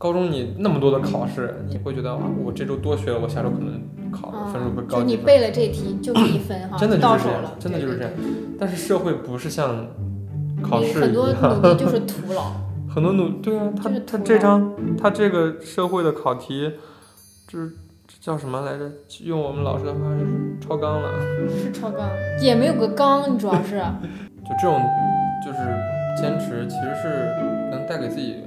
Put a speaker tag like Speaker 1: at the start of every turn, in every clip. Speaker 1: 高中你那么多的考试，你会觉得哇我这周多学了，我下周可能考啊分数会
Speaker 2: 嗯，
Speaker 1: 高
Speaker 2: 就
Speaker 1: 几
Speaker 2: 你
Speaker 1: 分。
Speaker 2: 背了这题就是一分哈，
Speaker 1: 真的就
Speaker 2: 到
Speaker 1: 是
Speaker 2: 手
Speaker 1: 这样
Speaker 2: 了，
Speaker 1: 真的
Speaker 2: 对
Speaker 1: 就是这。
Speaker 2: 对对
Speaker 1: 但是社会不是像考
Speaker 2: 你
Speaker 1: 试
Speaker 2: 很
Speaker 1: 一
Speaker 2: 多
Speaker 1: 样，
Speaker 2: 努力就是徒 劳，
Speaker 1: 很多努对啊，他
Speaker 2: 就是
Speaker 1: 他
Speaker 2: 徒
Speaker 1: 这
Speaker 2: 劳
Speaker 1: 张他这个社会的考题，这这叫什么来着？用我们老师的话就是超纲了。
Speaker 2: 是超纲，也没有个纲，主要是
Speaker 1: 就这种就是坚持，其实是能带给自己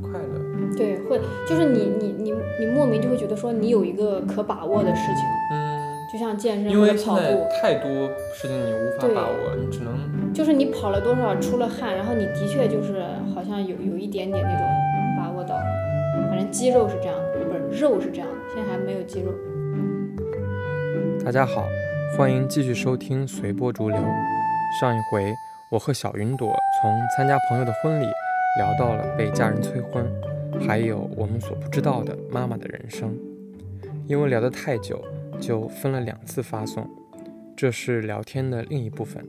Speaker 1: 快乐。
Speaker 3: 对，会就是你你你你莫名就会觉得说你有一个可把握的事情，
Speaker 1: 嗯，
Speaker 3: 就像健身
Speaker 1: 因
Speaker 3: 或
Speaker 1: 为
Speaker 3: 者
Speaker 1: 现
Speaker 3: 跑
Speaker 1: 在
Speaker 3: 步，
Speaker 1: 太多事情你无法
Speaker 3: 对
Speaker 1: 把握，你只能
Speaker 3: 就是你跑了多少出了汗，然后你的确就是好像有有一点点那种把握到了，反正肌肉是这样的，不是肉是这样的，现在还没有肌肉。
Speaker 1: 大家好，欢迎继续收听《随波逐流》。上一回，我和小云朵从参加朋友的婚礼聊到了被家人催婚，还有我们所不知道的妈妈的人生。因为聊得太久，就分了两次发送。这是聊天的另一部分。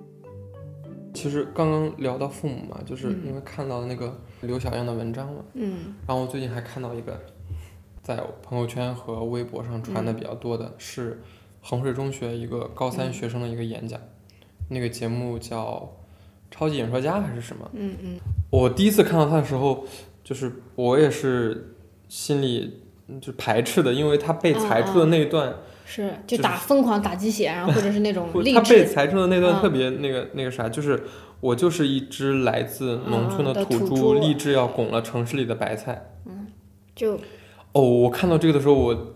Speaker 1: 其实刚刚聊到父母嘛，就是
Speaker 2: 嗯
Speaker 1: 因为看到那个刘小样的文章嘛，
Speaker 2: 嗯
Speaker 1: 然后我最近还看到一个，在我朋友圈和微博上传
Speaker 2: 嗯
Speaker 1: 的比较多的是衡水中学一个高三学生的一个演讲，那个节目叫《超级演说家》还是什么？
Speaker 2: 嗯嗯，
Speaker 1: 我第一次看到他的时候，就是我也是心里就排斥的，因为他
Speaker 2: 嗯
Speaker 1: 被裁出的那一段，
Speaker 2: 是
Speaker 1: 就
Speaker 2: 就是打疯狂打鸡血，然后或者是那种
Speaker 1: 不
Speaker 2: 励
Speaker 1: 他被
Speaker 2: 志
Speaker 1: 裁出的那段
Speaker 2: 嗯
Speaker 1: 特别那个、那个啥，就是我就是一只来自农村
Speaker 2: 嗯嗯的
Speaker 1: 土
Speaker 2: 土
Speaker 1: 猪，
Speaker 2: 猪
Speaker 1: 立志要拱了城市里的白菜。
Speaker 2: 就
Speaker 1: 哦，我看到这个的时候，我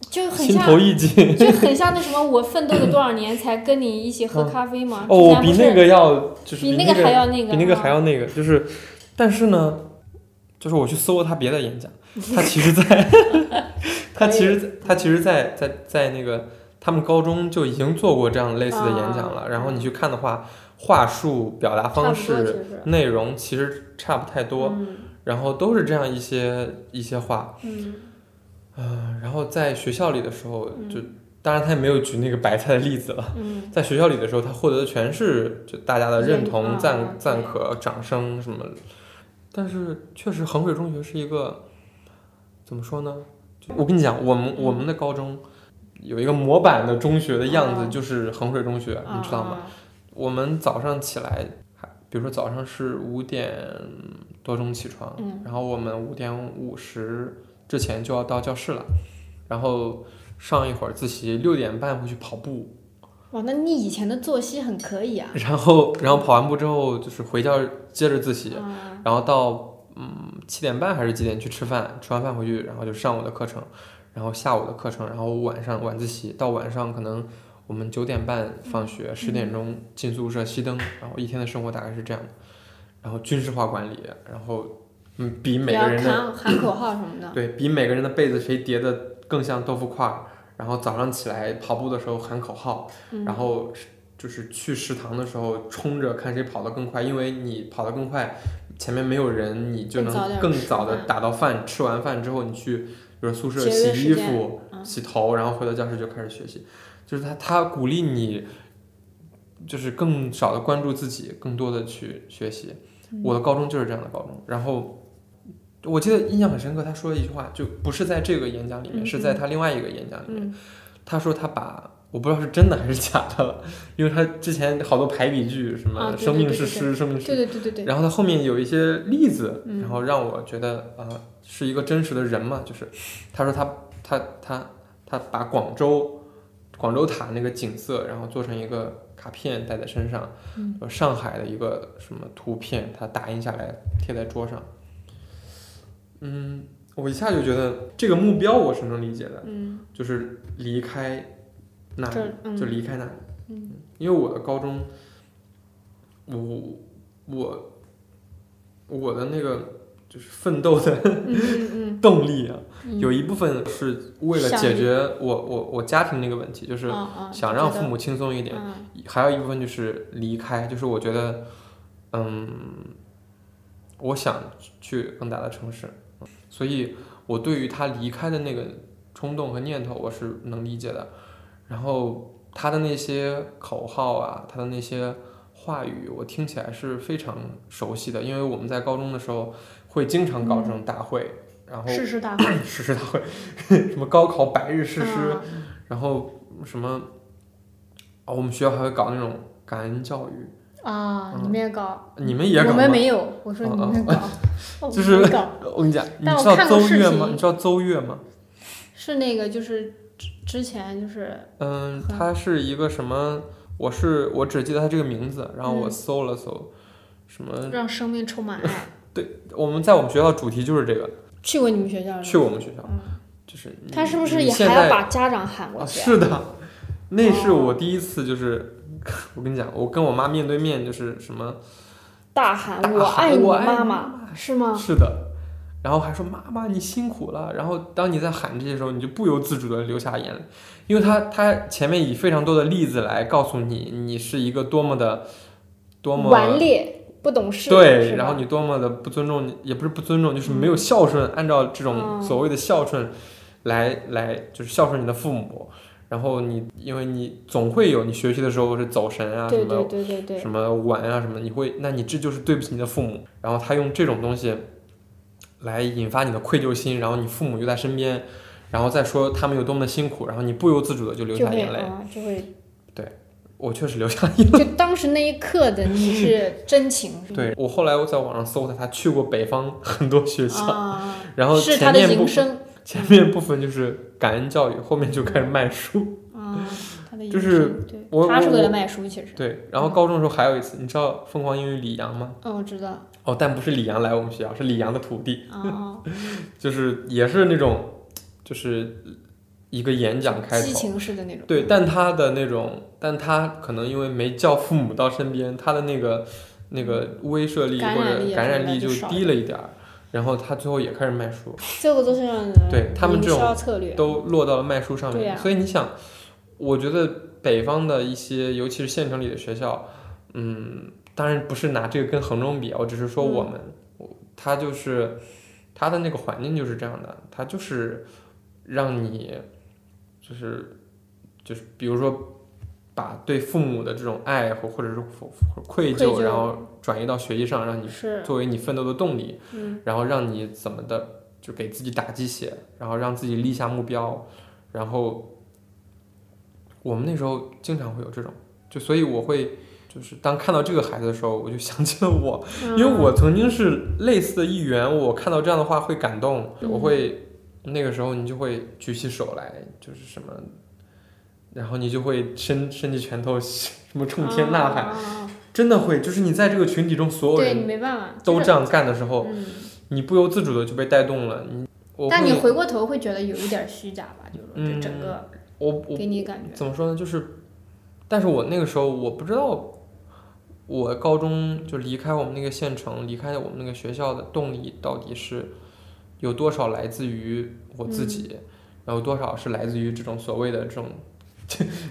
Speaker 3: 就很
Speaker 1: 心
Speaker 3: 像
Speaker 1: 头一惊。
Speaker 3: 就很像那什么，我奋斗了多少年才跟你一起喝
Speaker 1: 嗯
Speaker 3: 咖啡嘛？之
Speaker 1: 哦，
Speaker 3: 前
Speaker 1: 比
Speaker 3: 不
Speaker 1: 那
Speaker 3: 是
Speaker 1: 个要就是
Speaker 3: 比
Speaker 1: 那
Speaker 3: 那个还要那个，
Speaker 1: 比那个
Speaker 3: 啊
Speaker 1: 还要那个，就是，但是呢，就是我去搜了他别的 演讲，他其实在，他其实他其实在在在那个他们高中就已经做过这样类似的演讲了，然后你去看的话，话术、表达
Speaker 3: 啊差不多
Speaker 1: 方
Speaker 3: 其
Speaker 1: 式、
Speaker 3: 实。
Speaker 1: 内容其实差不太多，
Speaker 3: 嗯
Speaker 1: 然后都是这样一些一些话，
Speaker 3: 嗯，
Speaker 1: 嗯、然后在学校里的时候就，当然他也没有举那个白菜的例子了。
Speaker 3: 嗯，
Speaker 1: 在学校里的时候，他获得的全是就大家的认同、
Speaker 3: 认啊
Speaker 1: 赞
Speaker 3: 对
Speaker 1: 赞可、掌声什么的。但是确实，衡水中学是一个怎么说呢？就我跟你讲，我们我们的高中有一个模板的中学的样子，
Speaker 3: 嗯
Speaker 1: 就是衡水中学，
Speaker 3: 啊
Speaker 2: 嗯
Speaker 1: 你知道吗？？
Speaker 3: 啊
Speaker 1: 我们早上起来，还比如说早上是五点多钟起床，
Speaker 2: 嗯
Speaker 1: 然后我们五点五十之前就要到教室了，然后上一会儿自习，六点半会去跑步。
Speaker 2: 哇，那你以前的作息很可以啊，
Speaker 1: 然后，然后跑完步之后就是回教接着自习，
Speaker 2: 啊
Speaker 1: 然后到嗯七点半还是几点去吃饭，吃完饭回去，然后就上午的课程，然后下午的课程，然后晚上晚自习，到晚上可能我们九点半放学，十、点钟进宿舍熄灯，然后一天的生活大概是这样的，然后军事化管理，然后嗯比每
Speaker 2: 然
Speaker 1: 个
Speaker 2: 后
Speaker 1: 人的
Speaker 2: 喊喊口号什么的，
Speaker 1: 对比每个人的被子谁叠的更像豆腐块儿，然后早上起来跑步的时候喊口号，
Speaker 2: 嗯
Speaker 1: 然后是就是去食堂的时候冲着看谁跑得更快，因为你跑得更快，前面没有人，你就
Speaker 2: 更早
Speaker 1: 能
Speaker 2: 点
Speaker 1: 更
Speaker 2: 吃
Speaker 1: 早的
Speaker 2: 饭
Speaker 1: 打到饭，吃完饭之后你去，比如说宿舍
Speaker 2: 节约
Speaker 1: 洗
Speaker 2: 时
Speaker 1: 衣
Speaker 2: 间
Speaker 1: 服、
Speaker 2: 嗯
Speaker 1: 洗头，然后回到教室就开始学习，就是他他鼓励你。就是更少的关注自己，更多的去学习。我
Speaker 2: 嗯
Speaker 1: 的高中就是这样的高中，然后我记得印象很深刻，他说了一句话，就不是在这个演讲里面，
Speaker 2: 嗯
Speaker 1: 是在他另外一个演讲里面，
Speaker 2: 嗯
Speaker 1: 他说他把我不知道是真的还是假的了， 因为他之前好多排比句，什
Speaker 2: 啊
Speaker 1: 么
Speaker 2: 对对
Speaker 1: 生命
Speaker 2: 对
Speaker 1: 是
Speaker 2: 对
Speaker 1: 诗，生命
Speaker 2: 对
Speaker 1: 是，
Speaker 2: 对对对对，
Speaker 1: 然后他后面有一些例子，
Speaker 2: 嗯
Speaker 1: 然后让我觉得啊、呃是一个真实的人嘛， 就是他说他他他他把广州广州塔那个景色，然后做成一个卡片带在身上，
Speaker 2: 嗯
Speaker 1: 呃上海的一个什么图片，他打印下来贴在桌上。嗯，我一下就觉得这个目标我是能理解的，
Speaker 2: 嗯，
Speaker 1: 就是离开那里
Speaker 2: 这儿嗯
Speaker 1: 就离开那里。
Speaker 2: 嗯，
Speaker 1: 因为我的高中，我我我的那个就是奋斗的
Speaker 2: 嗯嗯
Speaker 1: 动力啊，
Speaker 2: 嗯，
Speaker 1: 有一部分是为了
Speaker 2: 想啊
Speaker 1: 解决我我我家庭那个问题，
Speaker 2: 嗯
Speaker 1: 就是
Speaker 2: 是
Speaker 1: 想让父母轻松一点。
Speaker 2: 嗯
Speaker 1: 还有一部分就是离开，就是我觉得，嗯，我想去更大的城市，所以我对于他离开的那个冲动和念头，我是能理解的。然后他的那些口号啊，他的那些话语，我听起来是非常熟悉的，因为我们在高中的时候会经常搞这种大会，然后
Speaker 4: 世事大会，
Speaker 1: 誓师大会，什么高考百日誓师，
Speaker 4: 嗯
Speaker 1: 然后什么，哦，我们学校还会搞那种感恩教育，
Speaker 2: 啊，
Speaker 1: 嗯
Speaker 2: 你们也搞，
Speaker 1: 你们也搞
Speaker 2: 我
Speaker 1: 吗？
Speaker 2: 们没有，我说
Speaker 1: 哦
Speaker 2: 你
Speaker 1: 哦
Speaker 2: 们搞， 哦
Speaker 1: 就是
Speaker 2: 我们搞
Speaker 1: 我跟你讲，你
Speaker 2: 但我
Speaker 1: 知道
Speaker 2: 看
Speaker 1: 邹
Speaker 2: 过视
Speaker 1: 越吗？
Speaker 2: 频嗯
Speaker 1: 你知道邹越吗？
Speaker 2: 是那个就是之之前就是
Speaker 1: 嗯，
Speaker 2: 嗯
Speaker 1: 他是一个什么？我是我只记得他这个名字，然后我
Speaker 2: 嗯
Speaker 1: 搜了搜，什么？
Speaker 2: 让生命充 满爱，
Speaker 1: 我们在我们学校主题就是这个，
Speaker 2: 去过你们学校了吗？
Speaker 1: 去我们学校，
Speaker 2: 嗯
Speaker 1: 就是你
Speaker 2: 他是不是
Speaker 1: 你
Speaker 2: 也
Speaker 1: 现
Speaker 2: 还
Speaker 1: 在
Speaker 2: 要把家长喊过
Speaker 1: 啊，
Speaker 2: 去？
Speaker 1: 是的，那是
Speaker 2: 哦
Speaker 1: 我第一次，就是、 我跟你讲，我跟我妈面对面，就是什么，
Speaker 2: 大喊
Speaker 1: 大
Speaker 2: 我
Speaker 1: 啊喊
Speaker 2: 爱你
Speaker 1: 我爱
Speaker 2: 妈
Speaker 1: 你
Speaker 2: 妈，是吗？
Speaker 1: 是的，然后还说妈妈你辛苦了，然后当你在喊这些时候，你就不由自主的流下眼泪，因为他他前面以非常多的例子来告诉你，你是一个多么的多么
Speaker 2: 顽劣不懂事，
Speaker 1: 对，
Speaker 2: 是
Speaker 1: 然后
Speaker 2: 吧
Speaker 1: 你多么的不尊重，也不是不尊重，就是没有孝顺，按照这种
Speaker 2: 嗯
Speaker 1: 所谓的孝顺来、来，就是孝顺你的父母。然后你，因为你总会有你学习的时候是走神啊，
Speaker 2: 对
Speaker 1: 什
Speaker 2: 对
Speaker 1: 么
Speaker 2: 对对对
Speaker 1: 什，么玩啊，什么，你会，那你这就是对不起你的父母。然后他用这种东西来引发你的愧疚心，然后你父母又在身边，然后再说他们有多么的辛苦，然后你不由自主的就流
Speaker 2: 就
Speaker 1: 下
Speaker 2: 会
Speaker 1: 眼泪。
Speaker 2: 啊，就 会
Speaker 1: 我确实流下眼泪。
Speaker 2: 就当时那一刻的你是真情，是吧
Speaker 1: 对我后来我在网上搜他，他去过北方很多学校，
Speaker 2: 啊，
Speaker 1: 然后
Speaker 2: 是
Speaker 1: 前
Speaker 2: 他的
Speaker 1: 面不
Speaker 2: 营生
Speaker 1: 前面部分就是感恩教育，后面就开始卖书。
Speaker 2: 啊，他的营
Speaker 1: 就
Speaker 2: 生，
Speaker 1: 是我
Speaker 2: 对，他是
Speaker 1: 我
Speaker 2: 为了卖书，其实，
Speaker 1: 对，然后高中的时候还有一次，你知道疯狂英语李阳吗？
Speaker 2: 嗯，我知道
Speaker 1: 哦，但不是李阳来我们学校，是李阳的徒弟，
Speaker 2: 啊，
Speaker 1: 就是也是那种，就是一个演讲开
Speaker 2: 激
Speaker 1: 头。
Speaker 2: 情式的那种，
Speaker 1: 对，但他的那种，但他可能因为没叫父母到身边，他的那个那个威慑力
Speaker 2: 感
Speaker 1: 或
Speaker 2: 染力
Speaker 1: 者
Speaker 2: 也
Speaker 1: 感
Speaker 2: 是
Speaker 1: 染
Speaker 2: 吧
Speaker 1: 力
Speaker 2: 就少
Speaker 1: 低了一点儿，然后他最后也开始卖书。
Speaker 2: 这个都是让人
Speaker 1: 对他们这种
Speaker 2: 营销策略，
Speaker 1: 都落到了卖书上
Speaker 2: 对
Speaker 1: 面。
Speaker 2: 呀
Speaker 1: 所以你想，我觉得北方的一些，尤其是县城里的学校，嗯，当然不是拿这个跟衡中比啊，我只是说
Speaker 2: 嗯
Speaker 1: 我们，我它就是它的那个环境就是这样的，它就是让你就是就是比如说。把对父母的这种爱或或者是愧
Speaker 2: 愧
Speaker 1: 疚，
Speaker 2: 疚
Speaker 1: 然后转移到学习上，让你
Speaker 2: 是，
Speaker 1: 作为你奋斗的动力，
Speaker 2: 嗯，
Speaker 1: 然后让你怎么的就给自己打鸡血，然后让自己立下目标，然后我们那时候经常会有这种，就所以我会就是当看到这个孩子的时候，我就想起了我， 因为
Speaker 2: 嗯
Speaker 1: 我曾经是类似的一员，我看到这样的话会感动，
Speaker 2: 嗯
Speaker 1: 我会那个时候你就会举起手来，就是什么，然后你就会伸伸起拳头， 什么冲天呐喊，
Speaker 2: 啊，啊啊
Speaker 1: 真的会，就是你在这个群体中所有
Speaker 2: 对你
Speaker 1: 人
Speaker 2: 没办法，
Speaker 1: 都
Speaker 2: 就是
Speaker 1: 这样干的时候。
Speaker 2: 嗯，
Speaker 1: 你不由自主的就被带动了。你，我
Speaker 2: 但你
Speaker 1: 会，
Speaker 2: 回过头会觉得有一点虚假吧，就是说这整个
Speaker 1: 我我
Speaker 2: 给你感觉，
Speaker 1: 怎么说呢？就是，但是我那个时候我不知道，我高中就离开我们那个县城，离开我们那个学校的动力到底是有多少来自于我自己，
Speaker 2: 嗯
Speaker 1: 然后多少是来自于这种所谓的这 种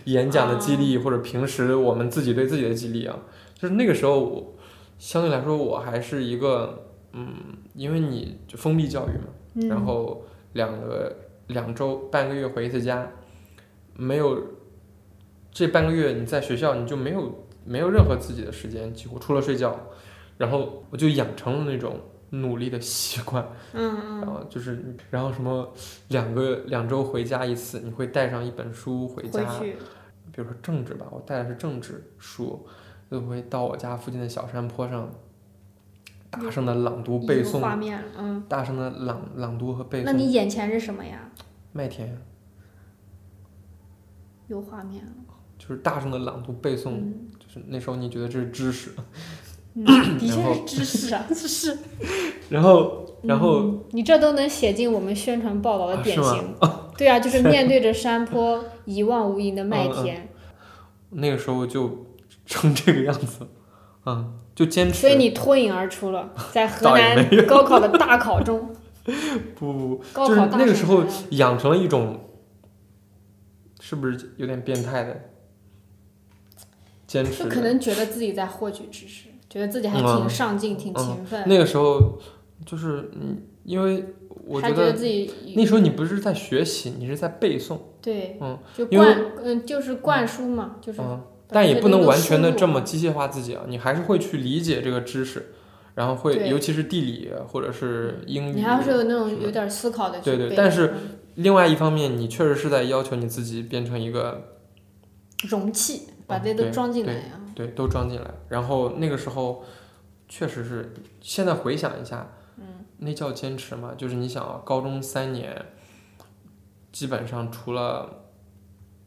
Speaker 1: 演讲的激励，
Speaker 2: 啊
Speaker 1: 或者平时我们自己对自己的激励啊。就是那个时候我相对来说我还是一个嗯，因为你就封闭教育嘛。
Speaker 2: 嗯
Speaker 1: 然后两个两周半个月回一次家，没有这半个月你在学校你就没有没有任何自己的时间，几乎除了睡觉，然后我就养成了那种努力的习惯，
Speaker 2: 嗯
Speaker 1: 然
Speaker 2: 嗯，
Speaker 1: 后就是你然后什么两个两周回家一次，你会带上一本书回家，
Speaker 2: 回去
Speaker 1: 比如说政治吧，我带的是政治书，就会到我家附近的小山坡上。大声的朗读背
Speaker 2: 有画
Speaker 1: 诵，
Speaker 2: 面了，嗯，
Speaker 1: 大声的朗朗读和背诵。
Speaker 2: 那你眼前是什么呀？
Speaker 1: 麦田
Speaker 2: 有画面了，
Speaker 1: 就是大声的朗读背诵，
Speaker 2: 嗯，
Speaker 1: 就是那时候你觉得这是知识，
Speaker 2: 嗯的确是知识啊， 这是，
Speaker 1: 然后然后、
Speaker 2: 嗯你这都能写进我们宣传报道
Speaker 1: 啊
Speaker 2: 的典
Speaker 1: 是吗
Speaker 2: 型，对 啊，就是面对着山坡一望无垠的麦
Speaker 1: 嗯嗯
Speaker 2: 田，
Speaker 1: 那个时候就成这个样子，嗯，就坚持。
Speaker 2: 所以你脱颖而出 了，在河
Speaker 1: 倒也
Speaker 2: 南高考的大 考中，
Speaker 1: 不不不，
Speaker 2: 高
Speaker 1: 就
Speaker 2: 考
Speaker 1: 是
Speaker 2: 大
Speaker 1: 那个
Speaker 2: 省
Speaker 1: 时候
Speaker 2: 城啊
Speaker 1: 养成了一种，是不是有点变态的坚持
Speaker 2: 就
Speaker 1: 的？
Speaker 2: 可能觉得自己在获取知识，觉得自己还
Speaker 1: 嗯
Speaker 2: 挺上进、挺
Speaker 1: 嗯
Speaker 2: 勤奋，
Speaker 1: 那个时候就是嗯，因为我
Speaker 2: 还
Speaker 1: 觉
Speaker 2: 觉得
Speaker 1: 得
Speaker 2: 自己
Speaker 1: 那时候你不是在学习，你是在背诵，
Speaker 2: 对，
Speaker 1: 嗯
Speaker 2: 就
Speaker 1: 因为
Speaker 2: 灌嗯就是灌输嘛，就是
Speaker 1: 嗯，
Speaker 2: 把
Speaker 1: 但
Speaker 2: 这
Speaker 1: 也
Speaker 2: 个
Speaker 1: 不
Speaker 2: 东
Speaker 1: 能
Speaker 2: 西
Speaker 1: 完全的
Speaker 2: 输入
Speaker 1: 这么机械化自己啊，你还是会去理解这个知识，然后会，
Speaker 2: 对嗯
Speaker 1: 尤其是地理或者是英语，
Speaker 2: 你还是有那
Speaker 1: 是
Speaker 2: 种
Speaker 1: 的
Speaker 2: 有点思考的去
Speaker 1: 对对
Speaker 2: 背
Speaker 1: 但
Speaker 2: 的
Speaker 1: 是嗯另外一方面，你确实是在要求你自己变成一个
Speaker 2: 容器把这
Speaker 1: 嗯对
Speaker 2: 都装进
Speaker 1: 对
Speaker 2: 来啊呀、
Speaker 1: 对都装进来。然后那个时候，确实是现在回想一下，嗯，那叫坚持嘛，就是你想啊高中三年，基本上除了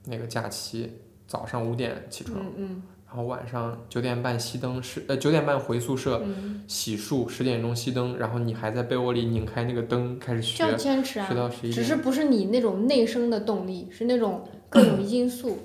Speaker 1: 那个假期，早上五点起床，
Speaker 2: 嗯嗯
Speaker 1: 然后晚上九点半熄灯，是呃九点半回宿舍、
Speaker 2: 嗯，
Speaker 1: 洗漱，十点钟熄灯，然后你还在被窝里拧开那个灯开始学
Speaker 2: 需，要坚持啊
Speaker 1: 学。到十一
Speaker 2: 只
Speaker 1: 点。
Speaker 2: 是不是你那种内生的动力，是那种 各种因素，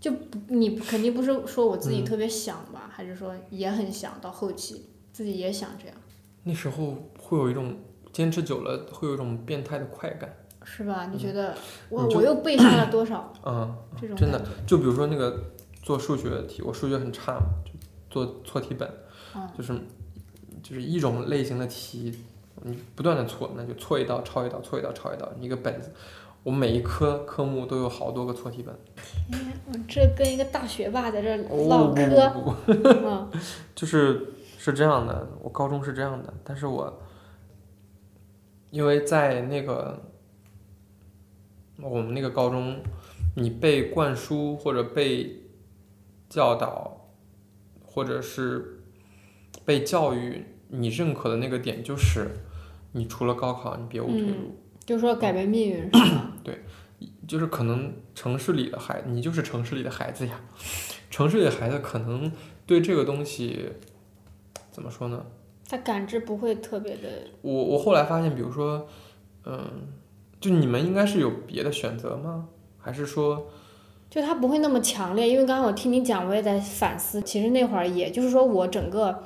Speaker 2: 就不你肯定不是说我自己
Speaker 1: 嗯
Speaker 2: 特别想吧，还是说也很想到后期自己也想这样，
Speaker 1: 那时候会有一种坚持久了会有一种变态的快感，
Speaker 2: 是吧？
Speaker 1: 嗯
Speaker 2: 你觉得我
Speaker 1: 你就
Speaker 2: 我又背下了 多少
Speaker 1: 嗯，
Speaker 2: 这种
Speaker 1: 真
Speaker 2: 感
Speaker 1: 的
Speaker 2: 觉？，
Speaker 1: 就比如说那个做数学题，我数学很差嘛，就做错题本，
Speaker 2: 嗯
Speaker 1: 就是就是一种类型的题，你不断的错，那就错一道抄一道，错一道抄一道，一个本子，我每一科科目都有好多个错题本，
Speaker 2: 我这跟一个大学霸在这
Speaker 1: 哦
Speaker 2: 唠
Speaker 1: 不
Speaker 2: 嗑，
Speaker 1: 不不不，
Speaker 2: 嗯，
Speaker 1: 就是是这样的，我高中是这样的，但是我因为在那个我们那个高中，你被灌输或者被教导，或者是被教育，你认可的那个点就是，你除了高考，你别无退路。
Speaker 2: 就是说改变命运 是吧？
Speaker 1: 就是可能城市里的孩，你就是城市里的孩子呀。 城市里的孩子可能对这个东西怎么说呢？
Speaker 2: 他感知不会特别的，
Speaker 1: 我我后来发现，比如说，嗯，就你们应该是有别的选择吗？还是说，
Speaker 2: 就他不会那么强烈，因为刚刚我听你讲，我也在反思，其实那会儿也就是说我整个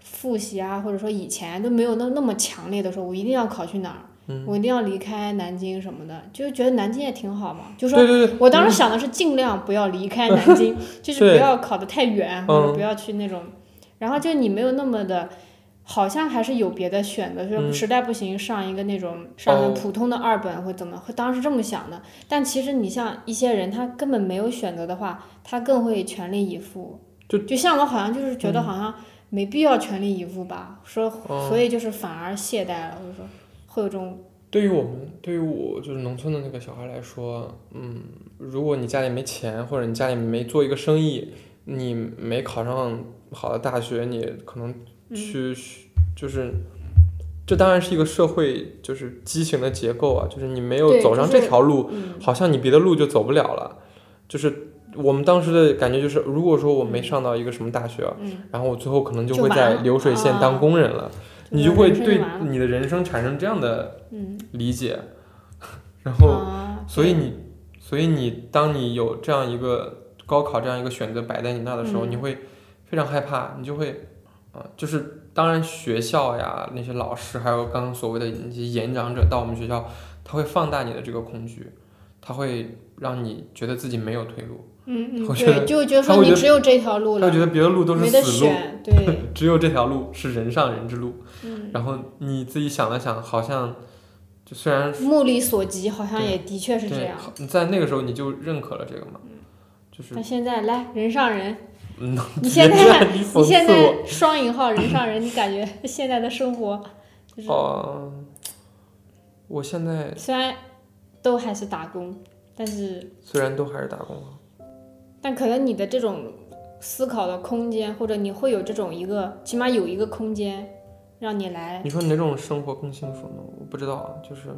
Speaker 2: 复习啊，或者说以前都没有那那么强烈的说，我一定要考去哪儿，
Speaker 1: 嗯，
Speaker 2: 我一定要离开南京什么的，就觉得南京也挺好嘛，就说
Speaker 1: 对对对，
Speaker 2: 我当时想的是尽量不要离开南 京，就是
Speaker 1: 嗯对
Speaker 2: 不要考得太远，或
Speaker 1: 嗯
Speaker 2: 者不要去那种，然后就你没有那么的，好像还是有别的选择，就是
Speaker 1: 嗯
Speaker 2: 实在不行上一个那种上
Speaker 1: 哦
Speaker 2: 个普通的二本或怎么，会当时这么想的。但其实你像一些人，他根本没有选择的话，他更会全力以赴。
Speaker 1: 就
Speaker 2: 就像我好像就是觉得好像没必要全力以赴吧，说
Speaker 1: 嗯
Speaker 2: 所以就是反而懈怠了，或者说会有种
Speaker 1: 对于我们，对于我就是农村的那个小孩来说，嗯，如果你家里没钱，或者你家里没做一个生意，你没考上好的大学，你可能
Speaker 2: 嗯
Speaker 1: 去、就是。这当然是一个社会就是畸形的结构啊，就是你没有
Speaker 2: 对
Speaker 1: 走
Speaker 2: 就
Speaker 1: 上这
Speaker 2: 是
Speaker 1: 条路，
Speaker 2: 嗯
Speaker 1: 好像你别的路就走不了了。就是我们当时的感觉就是，如果说我没上到一个什么大学，啊
Speaker 2: 嗯，
Speaker 1: 然后我最后可能就
Speaker 2: 就
Speaker 1: 会
Speaker 2: 完
Speaker 1: 在
Speaker 2: 了
Speaker 1: 流水线当
Speaker 2: 啊
Speaker 1: 工人了，你
Speaker 2: 就
Speaker 1: 就会
Speaker 2: 人生
Speaker 1: 对
Speaker 2: 完了
Speaker 1: 你的人生产生这样的
Speaker 2: 嗯，
Speaker 1: 理解， 然后
Speaker 2: 啊
Speaker 1: 所以你，所以你当你有这样一个高考这样一个选择摆在你那的时候，
Speaker 2: 嗯
Speaker 1: 你会非常害怕，你就会，啊、就是当然学校呀那些老师还有刚刚所谓的那些演讲者到我们学校，他会放大你的这个恐惧，他会让你觉得自己没有退路，
Speaker 2: 嗯，嗯
Speaker 1: 我觉得
Speaker 2: 对，就觉得
Speaker 1: 他会
Speaker 2: 说
Speaker 1: 觉
Speaker 2: 你
Speaker 1: 得
Speaker 2: 只有这条路
Speaker 1: 他会觉，
Speaker 2: 了
Speaker 1: 得别的路都是
Speaker 2: 没得
Speaker 1: 死路，
Speaker 2: 选，对，
Speaker 1: 只有这条路是人上人之路。
Speaker 2: 嗯，
Speaker 1: 然后你自己想了想，好像就虽然
Speaker 2: 目力所及好像
Speaker 1: 对
Speaker 2: 也的确是这
Speaker 1: 对
Speaker 2: 样，，嗯
Speaker 1: 在那个时候你就认可了这个嘛，就是
Speaker 2: 但现在来人上人，
Speaker 1: 嗯，
Speaker 2: 你现在
Speaker 1: 你讽
Speaker 2: 你现
Speaker 1: 刺我
Speaker 2: 在双引号人上人，你感觉 现在的生活就是
Speaker 1: 哦、我现在
Speaker 2: 虽然都还是打工，但是
Speaker 1: 虽然都还是打工啊，
Speaker 2: 但可能你的这种思考的空间，或者你会有这种一个起码有一个空间让你来，
Speaker 1: 你说哪种生活更幸福呢？我不知道啊，就是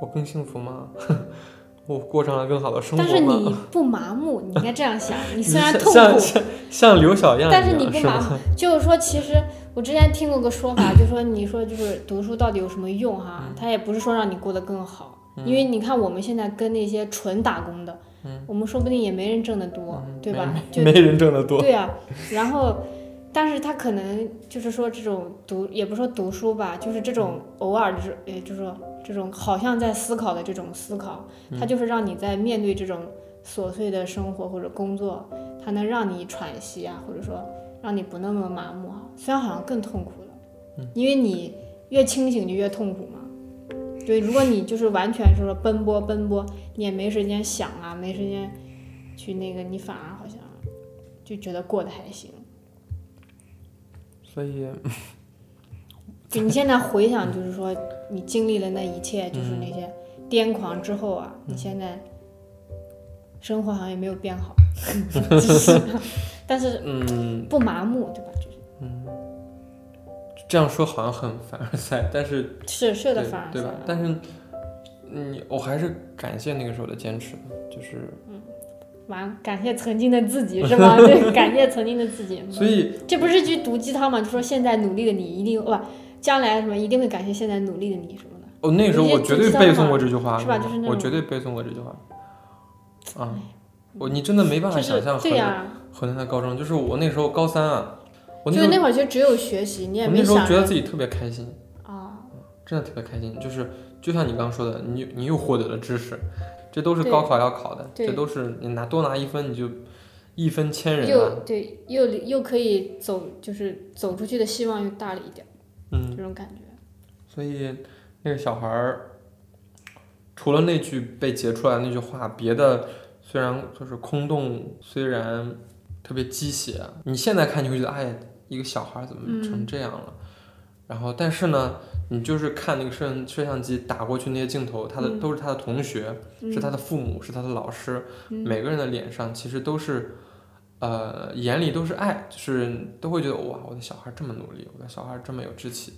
Speaker 1: 我更幸福吗？ 我过上了更好的生活
Speaker 2: 但
Speaker 1: 吗？
Speaker 2: 是你不麻木，你应该这样想， 你虽然
Speaker 1: 像
Speaker 2: 痛
Speaker 1: 像
Speaker 2: 苦。
Speaker 1: 像像刘小样一样，
Speaker 2: 但是你不
Speaker 1: 吗
Speaker 2: 麻木，就是说，其实我之前听过个说法，就说你说就是读书到底有什么用哈、
Speaker 1: 嗯
Speaker 2: 它也不是说让你过得更好，因为你看我们现在跟那些纯打工的，
Speaker 1: 嗯
Speaker 2: 我们说不定也没人挣得多，对吧？就
Speaker 1: 没没人挣得多，
Speaker 2: 对啊，然后，但是他可能就是说这种读，也不是说读书吧，就是这种偶尔就是，也就是说这种好像在思考的这种思考，它就是让你在面对这种琐碎的生活或者工作，它能让你喘息啊，或者说让你不那么麻木啊，虽然好像更痛苦了，因为你越清醒就越痛苦嘛。对，如果你就是完全是说奔波奔波，你也没时间想啊，没时间去那个，你反而好像就觉得过得还行。
Speaker 1: 所以
Speaker 2: 就你现在回想，就是说你经历了那一切，就是那些
Speaker 1: 嗯
Speaker 2: 癫狂之后啊，你现在生活好像也没有 变好，就是但是
Speaker 1: 嗯，
Speaker 2: 不麻木，对吧？就是
Speaker 1: 这样说好像很凡尔赛，但是
Speaker 2: 是是的，
Speaker 1: 对
Speaker 2: 反而
Speaker 1: 对吧？但是你我还是感谢那个时候的坚持，就是
Speaker 2: 完，感谢曾经的自己 是吗？对，感谢曾经的自己。
Speaker 1: 所以
Speaker 2: 这不是一句毒鸡汤吗？就说现在努力的你一定哦不，将来什么一定会感谢现在努力的你什么的。
Speaker 1: 我、哦那个时候我绝对背诵过这句话，
Speaker 2: 是吧就是那种哎
Speaker 1: 我绝对背诵过这句话啊！我你真的没办法
Speaker 2: 就
Speaker 1: 想
Speaker 2: 是
Speaker 1: 象河
Speaker 2: 对呀、
Speaker 1: 南河南的高中，就是我那时候高三啊，我那
Speaker 3: 就
Speaker 1: 时候
Speaker 3: 那会儿就只有学习，你也
Speaker 1: 我那
Speaker 3: 没
Speaker 1: 时候
Speaker 3: 想
Speaker 1: 觉得
Speaker 3: 着
Speaker 1: 自己特别开心，
Speaker 2: 哦
Speaker 3: 啊，
Speaker 1: 真的特别开心，就是就像你刚刚说的，你你又获得了知识，这都是
Speaker 3: 对
Speaker 1: 高考要考的，
Speaker 3: 对
Speaker 1: 这都是你拿多拿一分你就一分千人啊，
Speaker 3: 又对又又可以走，就是走出去的希望又大了一点，
Speaker 1: 嗯，
Speaker 3: 这种感觉。
Speaker 1: 所以那个小孩儿，除了那句被截出来的那句话，别的虽然就是空洞，虽然特别鸡血，你现在看你会觉得，哎呀，一个小孩儿怎
Speaker 3: 嗯
Speaker 1: 么成这样了？然后，但是呢，你就是看那个摄像摄像机打过去那些镜头，他
Speaker 3: 嗯
Speaker 1: 的、都是他的同学，是他的父母，是他的老师，
Speaker 3: 嗯
Speaker 1: 每个人的脸上其实都是。呃，眼里都是爱，就是都会觉得哇，我的小孩儿这么努力，我的小孩儿这么有志气，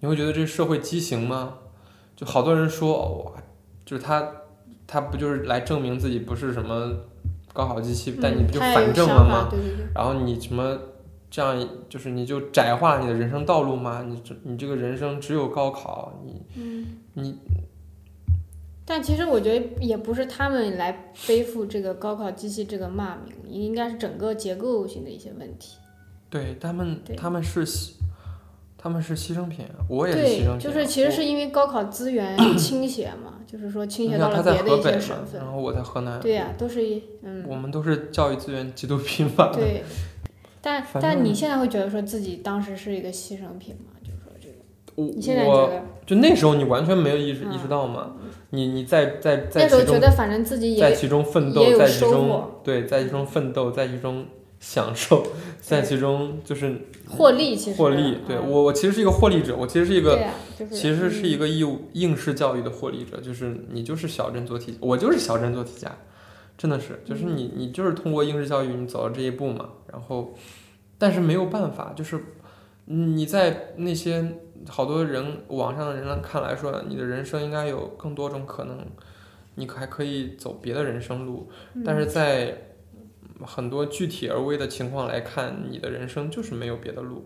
Speaker 1: 你会觉得这社会畸形吗？就好多人说哦哇，就是他他不就是来证明自己不是什么高考机器，但你不就
Speaker 3: 嗯他也
Speaker 1: 反
Speaker 3: 有
Speaker 1: 证
Speaker 3: 想
Speaker 1: 了
Speaker 3: 法
Speaker 1: 吗？
Speaker 3: 对对对，
Speaker 1: 然后你什么这样就是你就窄化了你的人生道路吗？你这你这个人生只有高考，你
Speaker 3: 嗯，
Speaker 1: 你
Speaker 3: 但其实我觉得也不是他们来背负这个高考机器这个骂名，应该是整个结构性的一些问题。
Speaker 1: 对他们
Speaker 3: 对
Speaker 1: 他们是牺他们是牺牲品，我也是牺
Speaker 3: 对
Speaker 1: 牲品啊，，
Speaker 3: 就是其实
Speaker 1: 我
Speaker 3: 是因为高考资 源倾斜嘛，就是说倾
Speaker 1: 你
Speaker 3: 斜
Speaker 1: 想
Speaker 3: 到
Speaker 1: 他
Speaker 3: 了别
Speaker 1: 在
Speaker 3: 的
Speaker 1: 河
Speaker 3: 一
Speaker 1: 北
Speaker 3: 些
Speaker 1: 嘛
Speaker 3: 省，份
Speaker 1: 然。后我在河南，
Speaker 3: 对呀、都是一嗯，
Speaker 1: 我们都是教育资源极度贫乏，
Speaker 3: 对，但
Speaker 1: 反
Speaker 3: 但你
Speaker 1: 正
Speaker 3: 现在会觉得说自己当时是一个牺牲品吗？就是说这个，
Speaker 1: 我
Speaker 3: 你现在
Speaker 1: 我
Speaker 3: 觉得
Speaker 1: 就那时候你完全没有意识、
Speaker 3: 嗯
Speaker 1: 意识到嘛，你你在在在
Speaker 3: 那时候
Speaker 1: 其
Speaker 3: 觉
Speaker 1: 中
Speaker 3: 得反正自己
Speaker 1: 在
Speaker 3: 也
Speaker 1: 其中奋
Speaker 3: 也
Speaker 1: 斗，
Speaker 3: 有
Speaker 1: 在其
Speaker 3: 收
Speaker 1: 中
Speaker 3: 获
Speaker 1: 对，在其中奋斗，在其中享受，在其中就是
Speaker 3: 获利，其实
Speaker 1: 获利。对
Speaker 3: 嗯
Speaker 1: 我我其实是一个获利者，我其实是一
Speaker 3: 对
Speaker 1: 个
Speaker 3: 呀、就是
Speaker 1: 其实是一
Speaker 3: 嗯
Speaker 1: 个义务应试教育的获利者，就是你就是小镇做题，我就是小镇做题家，真的是，就是
Speaker 3: 嗯
Speaker 1: 你你就是通过应试教育你走到这一步嘛，然后，但是没有办法，就是你在那些好多人网上的人看来说，你的人生应该有更多种可能，你还可以走别的人生路，
Speaker 3: 嗯
Speaker 1: 但是在很多具体而微的情况来看，你的人生就是没有别的路。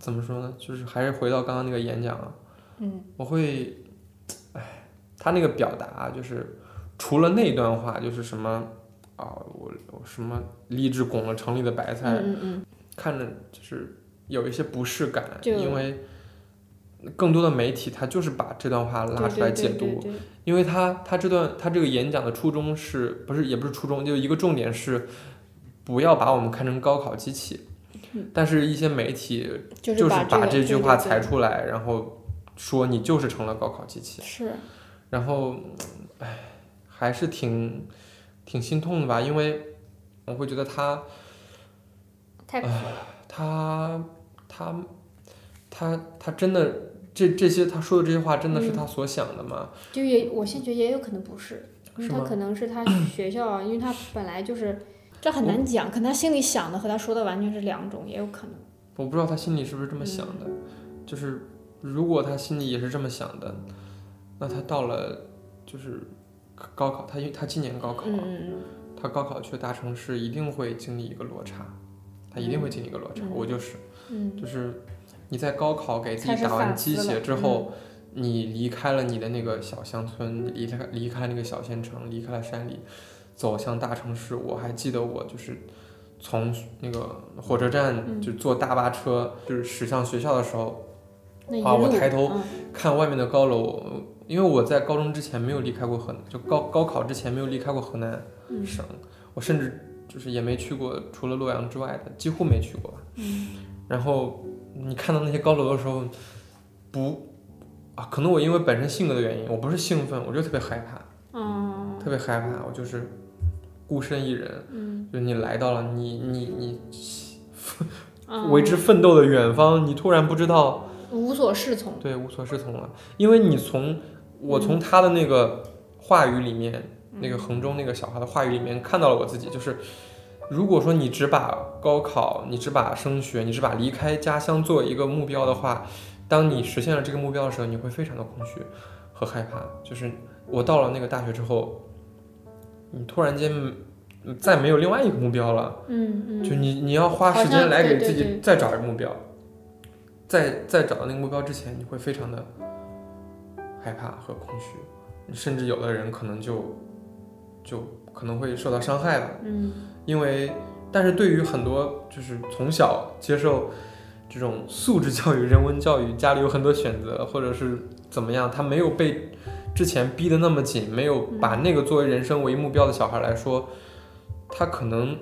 Speaker 1: 怎么说呢？就是还是回到刚刚那个演讲啊，
Speaker 3: 嗯
Speaker 1: 我会，唉，他那个表达啊就是，除了那段话，就是什么啊，我我什么立志拱了城里的白菜，
Speaker 3: 嗯嗯
Speaker 1: 看着就是有一些不适感，
Speaker 3: 就
Speaker 1: 因为更多的媒体他就是把这段话
Speaker 3: 嗯，
Speaker 1: 拉
Speaker 3: 对
Speaker 1: 出来
Speaker 3: 对
Speaker 1: 解
Speaker 3: 对
Speaker 1: 读，
Speaker 3: 对对，
Speaker 1: 因为他他这段他这个演讲的初衷是不是也不是初衷，就一个重点是不要把我们看成高考机器，但是一些媒体
Speaker 3: 嗯就
Speaker 1: 就是是把
Speaker 3: 这个
Speaker 1: 这句话
Speaker 3: 对对
Speaker 1: 裁
Speaker 3: 对
Speaker 1: 出来，然后说你就是成了高考机器。
Speaker 3: 是
Speaker 1: 然后，唉，还是挺挺心痛的吧，因为我会觉得他
Speaker 3: 太苦了，
Speaker 1: 他他他他真的这这些他说的这些话真的是
Speaker 3: 嗯
Speaker 1: 他所想的吗？
Speaker 3: 就也我先觉得也有可能不是，因为
Speaker 1: 是
Speaker 3: 他
Speaker 1: 吗
Speaker 3: 可能是他学校啊，因为他本来就是。这很难讲，可能他心里想的和他说的完全是两种，也有可能。
Speaker 1: 我不知道他心里是不是这么想的，
Speaker 3: 嗯
Speaker 1: 就是如果他心里也是这么想的，那他到了就是高考，他因为他今年高考，
Speaker 3: 嗯嗯
Speaker 1: 他高考去大城市一定会经历一个落差，他一定会经历一个落差，
Speaker 3: 嗯
Speaker 1: 我就是。
Speaker 3: 嗯嗯，
Speaker 1: 就是你在高考给自
Speaker 3: 开
Speaker 1: 己
Speaker 3: 始
Speaker 1: 打完
Speaker 3: 反
Speaker 1: 鸡
Speaker 3: 思
Speaker 1: 血
Speaker 3: 了嗯
Speaker 1: 之后，你离开了你的那个小乡村，离开离开那个小县城，离开了山里，走向大城市。我还记得我就是从那个火车站
Speaker 3: 嗯
Speaker 1: 就坐大巴车，就是驶向学校的时候，
Speaker 3: 那一
Speaker 1: 啊我
Speaker 3: 路
Speaker 1: 抬头
Speaker 3: 嗯
Speaker 1: 看外面的高楼，因为我在高中之前没有离开过河南，就高高考之前没有离开过河南
Speaker 3: 嗯
Speaker 1: 省，我甚至就是也没去过除了洛阳之外的，几乎没去过吧。
Speaker 3: 嗯
Speaker 1: 然后你看到那些高楼的时候，不啊，可能我因为本身性格的原因，我不是兴奋，我就特别害怕，
Speaker 3: 嗯
Speaker 1: 特别害怕，我就是孤身一人，
Speaker 3: 嗯
Speaker 1: 就是你来到了你你你
Speaker 2: 嗯
Speaker 1: 为之奋斗的远方，你突然不知道
Speaker 2: 无所适从。
Speaker 1: 对，无所适从了，因为你从我从他的那个话语里面，那个衡中那个小孩的话语里面看到了我自己，就是如果说你只把高考，你只把升学，你只把离开家乡作为一个目标的话，当你实现了这个目标的时候，你会非常的空虚和害怕。就是我到了那个大学之后，你突然间嗯再没有另外一个目标了。
Speaker 2: 嗯嗯，
Speaker 1: 就你你要花
Speaker 2: 好
Speaker 1: 时间
Speaker 2: 像
Speaker 1: 来
Speaker 2: 对
Speaker 1: 给
Speaker 2: 对
Speaker 1: 自己
Speaker 2: 对
Speaker 1: 再找一个目标，在在找到那个目标之前，你会非常的害怕和空虚，甚至有的人可能就就可能会受到伤害吧。
Speaker 2: 嗯，
Speaker 1: 因为但是对于很多就是从小接受这种素质教育、人文教育，家里有很多选择或者是怎么样，他没有被之前逼得那么紧，没有把那个作为人生唯一目标的小孩来说，他可能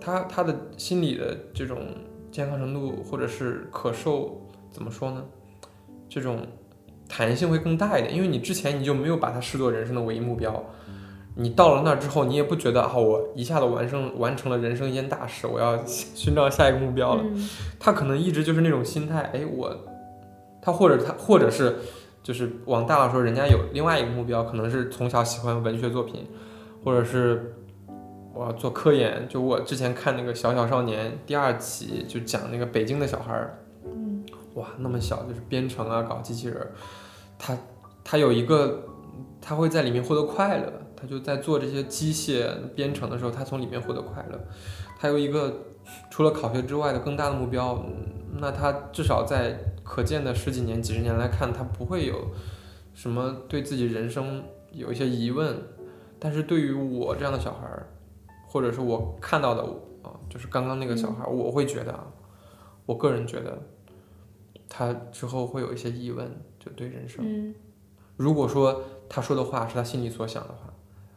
Speaker 1: 他他的心理的这种健康程度或者是可受怎么说呢？这种弹性会更大一点，因为你之前你就没有把它视作人生的唯一目标，你到了那儿之后，你也不觉得啊，我一下子完成完成了人生一件大事，我要 寻找下一个目标了。
Speaker 2: 嗯
Speaker 1: 他可能一直就是那种心态，哎，我，他或者他或者是就是往大了说，人家有另外一个目标，可能是从小喜欢文学作品，或者是我要做科研。就我之前看那个《小小少年》第二期，就讲那个北京的小孩儿，
Speaker 2: 嗯
Speaker 1: 哇，那么小就是编程啊，搞机器人儿，他他有一个，他会在里面获得快乐。他就在做这些机械编程的时候，他从里面获得快乐。他有一个除了考学之外的更大的目标，嗯那他至少在可见的十几年、几十年来看，他不会有什么对自己人生有一些疑问。但是对于我这样的小孩儿，或者是我看到的啊，就是刚刚那个小孩儿，我会觉得啊，我个人觉得他之后会有一些疑问，就对人生。
Speaker 2: 嗯
Speaker 1: 如果说他说的话是他心里所想的话，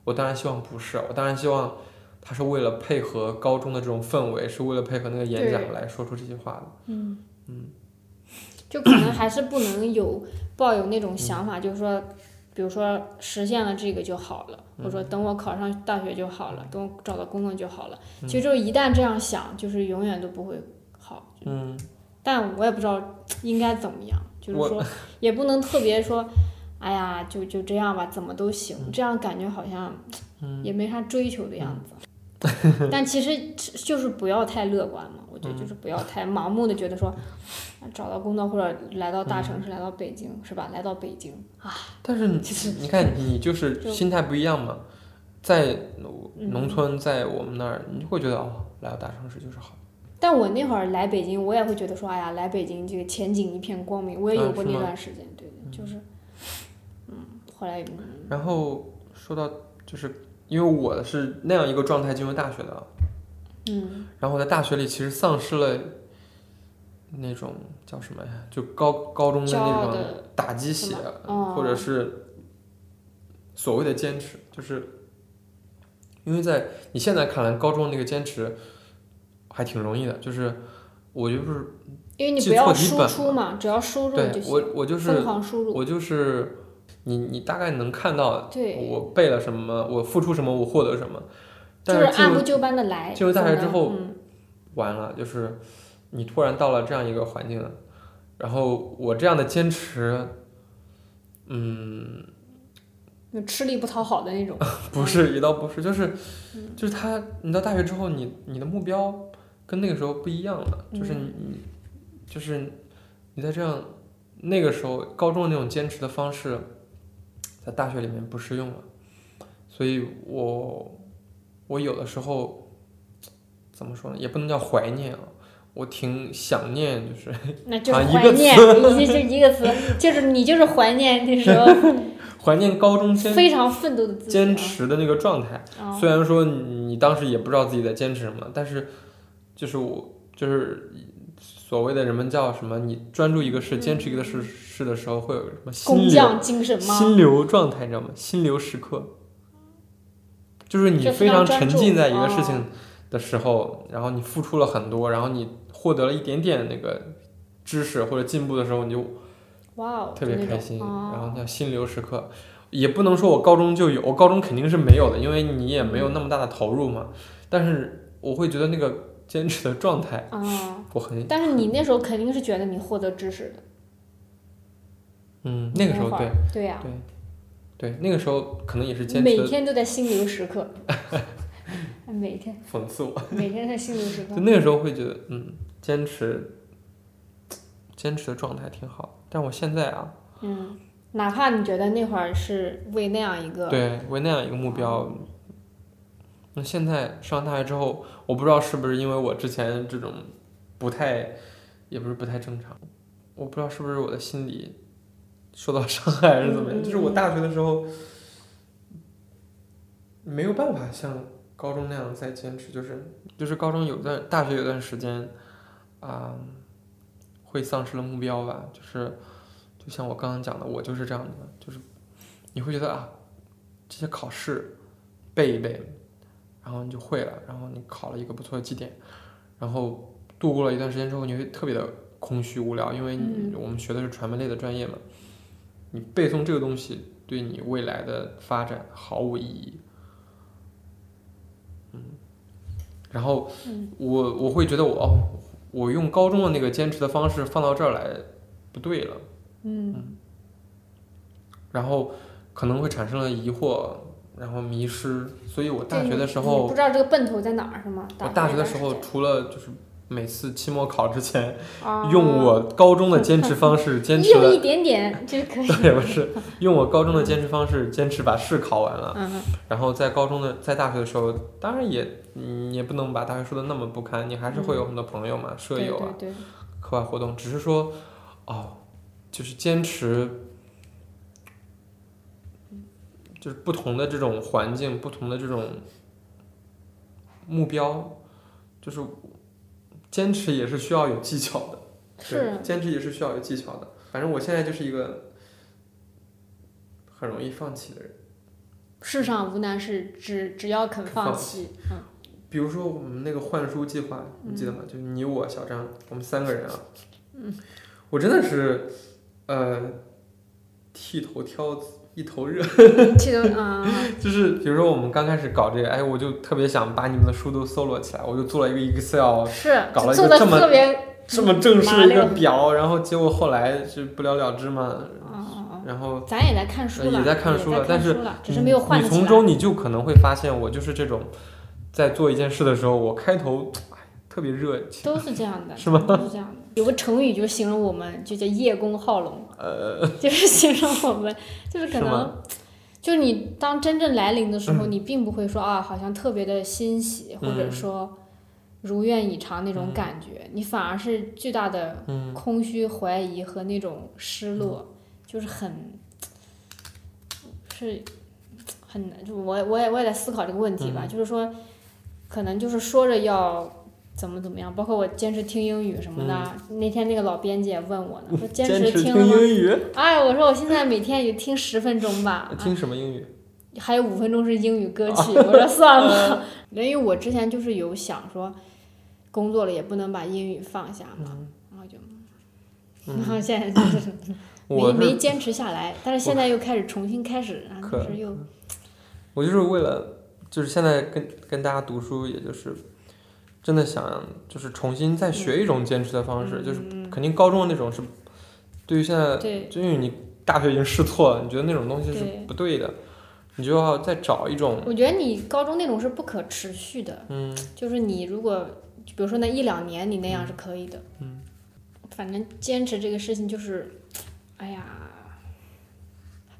Speaker 1: 我当然希望不是，我当然希望他是为了配合高中的这种氛围，是为了配合那个演讲来说出这些话的。
Speaker 2: 嗯
Speaker 1: 嗯，
Speaker 2: 就可能还是不能有抱有那种想法，就是说，比如说实现了这个就好了，或者说等我考上大学就好了，等我找到工作就好了。其实就是一旦这样想，就是永远都不会好。
Speaker 1: 嗯，
Speaker 2: 但我也不知道应该怎么样，就是
Speaker 1: 我
Speaker 2: 说也不能特别说，哎呀，就就这样吧，怎么都行，
Speaker 1: 嗯
Speaker 2: 这样感觉好像也没啥追求的样子。
Speaker 1: 嗯
Speaker 2: 但其实就是不要太乐观嘛，我觉得就是不要太盲目的觉得说，啊找到工作或者来到大
Speaker 1: 嗯
Speaker 2: 城市，来到北京是吧？来到北京啊，
Speaker 1: 但是你你看，你就是
Speaker 2: 就
Speaker 1: 心态不一样嘛，在
Speaker 2: 嗯
Speaker 1: 农村，在我们那儿，你会觉得哦，来到大城市就是好。
Speaker 2: 但我那会儿来北京，我也会觉得说，哎呀，来北京这个前景一片光明。我也有
Speaker 1: 嗯
Speaker 2: 过
Speaker 1: 是
Speaker 2: 那
Speaker 1: 吗
Speaker 2: 段时间，对对，就是，嗯，后来
Speaker 1: 然后说到就是因为我是那样一个状态进入大学的啊，
Speaker 2: 嗯
Speaker 1: 然后我在大学里其实丧失了那种叫什么呀，就高高中的
Speaker 2: 骄
Speaker 1: 那
Speaker 2: 傲
Speaker 1: 种
Speaker 2: 的
Speaker 1: 打鸡血
Speaker 2: 什，么
Speaker 1: 或者
Speaker 2: 哦
Speaker 1: 是所谓的坚持，就是因为在你现在看来，高中那个坚持还挺容易的，就是我就是
Speaker 2: 因为你
Speaker 1: 记
Speaker 2: 不要
Speaker 1: 错几
Speaker 2: 输
Speaker 1: 本
Speaker 2: 出嘛，只要输入
Speaker 1: 对
Speaker 2: 就行，
Speaker 1: 我我就
Speaker 2: 疯
Speaker 1: 是
Speaker 2: 狂输入。
Speaker 1: 我就是你你大概能看到
Speaker 2: 对，
Speaker 1: 我背了什么，我付出什么，我获得什么，
Speaker 2: 就
Speaker 1: 但
Speaker 2: 是
Speaker 1: 进入
Speaker 2: 按部就班的来。
Speaker 1: 进入大学之后
Speaker 2: 怎么嗯
Speaker 1: 完了，就是你突然到了这样一个环境，然后我这样的坚持，嗯，
Speaker 2: 那吃力不讨好的那种。
Speaker 1: 不是也倒不是，就是就是他，你到大学之后，你你的目标跟那个时候不一样了，就是你你就是你在这样那个时候高中那种坚持的方式，在大学里面不适用了，所以我我有的时候怎么说呢，也不能叫怀念啊，我挺想念就是。
Speaker 2: 那就是
Speaker 1: 啊一
Speaker 2: 怀
Speaker 1: 个
Speaker 2: 念，你就就一个词，就是你就是怀念那时候
Speaker 1: 怀念高中 坚
Speaker 2: 非常奋斗的自己。
Speaker 1: 坚。持的那个状态。
Speaker 2: 啊，
Speaker 1: 虽然说你当时也不知道自己在坚持什么，但是就是我就是所谓的人们叫什么，你专注一个事、坚持一个事事的时候，会有什么
Speaker 2: 嗯
Speaker 1: 心
Speaker 2: 工
Speaker 1: 流
Speaker 2: 匠精神吗？
Speaker 1: 心流状态，你知道吗？心流时刻，就是你
Speaker 2: 就非
Speaker 1: 非常
Speaker 2: 常专
Speaker 1: 沉
Speaker 2: 注
Speaker 1: 浸在一个事
Speaker 2: 哦
Speaker 1: 情的时候，然后你付出了很多，然后你获得了一点点那个知识或者进步的时候，你就
Speaker 2: 哇哦，
Speaker 1: 特别
Speaker 2: 就那
Speaker 1: 开
Speaker 2: 种
Speaker 1: 心，
Speaker 2: 哦
Speaker 1: 然后叫心流时刻，也不能说我高中就有，我高中肯定是没有的，因为你也没有那么大的投入嘛。但是我会觉得那个坚持的状态，
Speaker 2: 啊。
Speaker 1: 我很
Speaker 2: 但是你那时候肯定是觉得你获得知识的，
Speaker 1: 嗯，那个时候
Speaker 2: 会
Speaker 1: 对
Speaker 2: 儿对呀、
Speaker 1: 对，那个时候可能也是坚持
Speaker 2: 每
Speaker 1: 的
Speaker 2: 天都在心流 时刻，每天
Speaker 1: 讽刺我，
Speaker 2: 每天在心流时刻
Speaker 1: 就，那个时候会觉得嗯，坚持坚持的状态挺好，但我现在啊，
Speaker 2: 嗯，哪怕你觉得那会儿是为那样一个，
Speaker 1: 对，为那样一个目标。那现在上大学之后，我不知道是不是因为我之前这种不太，也不是不太正常，我不知道是不是我的心理受到伤害还是怎么样。就是我大学的时候没有办法像高中那样再坚持，就是就是高中有段，大学有段时间，啊、会丧失了目标吧。就是就像我刚刚讲的，我就是这样的，就是你会觉得啊，这些考试背一背，然后你就会了，然后你考了一个不错的绩点，然后度过了一段时间之后，你会特别的空虚无聊，因为你我们学的是传媒类的专业嘛，你背诵这个东西对你未来的发展毫无意义。嗯，然后我我会觉得我哦，我用高中的那个坚持的方式放到这儿来不对了。
Speaker 2: 嗯
Speaker 1: 然后可能会产生了疑惑，然后迷失。所以我大
Speaker 2: 对
Speaker 1: 学的
Speaker 2: 你
Speaker 1: 时
Speaker 2: 你
Speaker 1: 候
Speaker 2: 不，知道这个奔头在哪儿是吗？
Speaker 1: 我大学的
Speaker 2: 那段
Speaker 1: 时候
Speaker 2: 间
Speaker 1: 除了就是每次期末考之前，
Speaker 2: 啊、
Speaker 1: 用我高中的坚持方 式坚持
Speaker 2: 用一
Speaker 1: 了，
Speaker 2: 点点就可以，
Speaker 1: 对，不是用我高中的坚持方式坚持把试考完了。
Speaker 2: 嗯
Speaker 1: 然后在高中的在大学的时候，当然也你也不能把大学说的那么不堪，你还是会有很多朋友嘛，舍
Speaker 2: 嗯对
Speaker 1: 友啊，
Speaker 2: 对对，
Speaker 1: 课外活动，只是说，哦，就是坚持，就是不同的这种环境，不同的这种目标，就是坚持也是需要有技巧的，对
Speaker 2: 是，
Speaker 1: 坚持也是需要有技巧的。反正我现在就是一个很容易放弃的人。
Speaker 2: 世上无难事，只只要肯放
Speaker 1: 放
Speaker 2: 弃，嗯，
Speaker 1: 比如说我们那个换书计划，你记得吗？就你我小张，我们三个人啊。
Speaker 2: 嗯
Speaker 1: 我真的是，呃，剃头挑子一头热，
Speaker 2: 这个啊，
Speaker 1: 就是比如说我们刚开始搞这个，哎，我就特别想把你们的书都搜罗起来，我就做了一个 Excel，
Speaker 2: 是
Speaker 1: 搞了一个
Speaker 2: 做的
Speaker 1: 这么
Speaker 2: 特别，
Speaker 1: 这么正式的一
Speaker 2: 麻
Speaker 1: 个
Speaker 2: 溜
Speaker 1: 表，然后结果后来是不了了之嘛，
Speaker 2: 啊啊啊，
Speaker 1: 然后
Speaker 2: 咱也在看书
Speaker 1: 呃
Speaker 2: 了，
Speaker 1: 也在看书了
Speaker 2: 也在
Speaker 1: 但是
Speaker 2: 了只是没有换
Speaker 1: 你
Speaker 2: 起
Speaker 1: 从
Speaker 2: 来
Speaker 1: 中你就可能会发现，我就是这种，在做一件事的时候，我开头哎特别热情，
Speaker 2: 都是这样的，
Speaker 1: 是吗
Speaker 2: 都是这样的。有个成语就形容我们，就叫叶公好龙，呃， 就是形容我们，就是可
Speaker 1: 是
Speaker 2: 能，就是你当真正来临的时候，你并不会说啊，好像特别的欣喜，或者
Speaker 1: 嗯
Speaker 2: 说如愿以偿那种感觉，你反而是巨大的
Speaker 1: 嗯
Speaker 2: 空虚、怀疑和那种失落，就是很，是很难。就我我也我也在思考这个问题
Speaker 1: 嗯
Speaker 2: 吧，就是说，可能就是说着要怎么怎么样，包括我坚持听英语什么的。那天那个老编辑也问我呢，说
Speaker 1: 嗯
Speaker 2: 坚
Speaker 1: 坚持
Speaker 2: 听
Speaker 1: 听
Speaker 2: 了吗？
Speaker 1: 英语，
Speaker 2: 哎，我说我现在每天也就听十分钟吧，啊
Speaker 1: 听什哦么英语？
Speaker 2: 还有五分钟是英语歌曲，我 说算
Speaker 1: 嗯
Speaker 2: 了， 因为我之前就是有想说，工作了也不能把英语放下嘛，
Speaker 1: 嗯
Speaker 2: 然后就，然后现在就是没
Speaker 1: 我
Speaker 2: 没
Speaker 1: 是
Speaker 2: 坚持下来，但是现在又开始重新开始，然后就
Speaker 1: 可
Speaker 2: 是又
Speaker 1: 我就是为了，就是现在跟跟大家读书，也就是真的想就是重新再学一种坚持的方式，就是
Speaker 2: 嗯
Speaker 1: 肯定高中的那种是对于现在，
Speaker 2: 对
Speaker 1: 就因为你大学已经试错了，你觉得那种东西是
Speaker 2: 对
Speaker 1: 不对的，你就要再找一种，
Speaker 2: 我觉得你高中那种是不可持续的，
Speaker 1: 嗯，
Speaker 2: 就是你如果就比如说那一两年你那样是可以的，
Speaker 1: 嗯，
Speaker 2: 反正坚持这个事情就是，哎呀，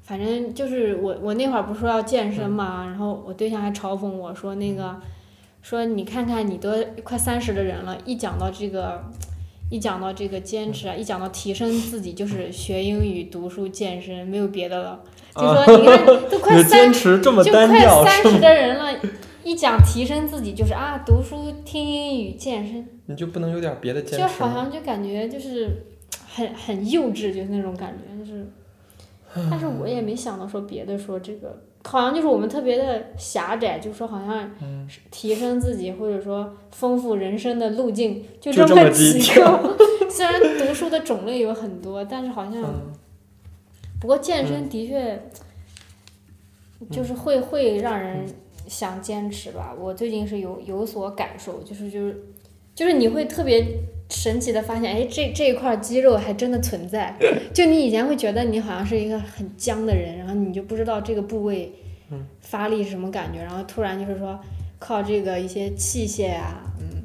Speaker 2: 反正就是我我那会儿不是说要健身嘛，然后我对象还嘲讽我说那个说你看看你都快三十的人了，一讲到这个。一讲到这个坚持啊，一讲到提升自己，就是学英语、读书、健身，没有别的了。就说你看，都
Speaker 1: 你
Speaker 2: 快
Speaker 1: 的
Speaker 2: 三
Speaker 1: 坚持这么
Speaker 2: 就
Speaker 1: 单调
Speaker 2: 快，三
Speaker 1: 是
Speaker 2: 十
Speaker 1: 吗？
Speaker 2: 的人了，一讲提升自己就是啊，读书、听英语、健身，
Speaker 1: 你就不能有点别的坚
Speaker 2: 就
Speaker 1: 持
Speaker 2: 好
Speaker 1: 吗？
Speaker 2: 像就感觉就是很很幼稚，就是那种感觉， 就是。但是我也没想到说别的，说这个好像就是我们特别的狭窄，就说好像
Speaker 1: 嗯
Speaker 2: 是提升自己或者说丰富人生的路径就
Speaker 1: 就这
Speaker 2: 么
Speaker 1: 么
Speaker 2: 几
Speaker 1: 几
Speaker 2: 个。 虽然读书的种类有很多，但是好像
Speaker 1: 嗯，
Speaker 2: 不过健身的确，就是会会让人想坚持吧。我最近是有有所感受，就是就是就是你会特别神奇的发现，哎，这这一块肌肉还真的存 在。就你以前会觉得你好像是一个很僵的人，然后你就不知道这个部位
Speaker 1: 嗯
Speaker 2: 发力是什么感觉，然后突然就是说靠这个一些器械啊，嗯，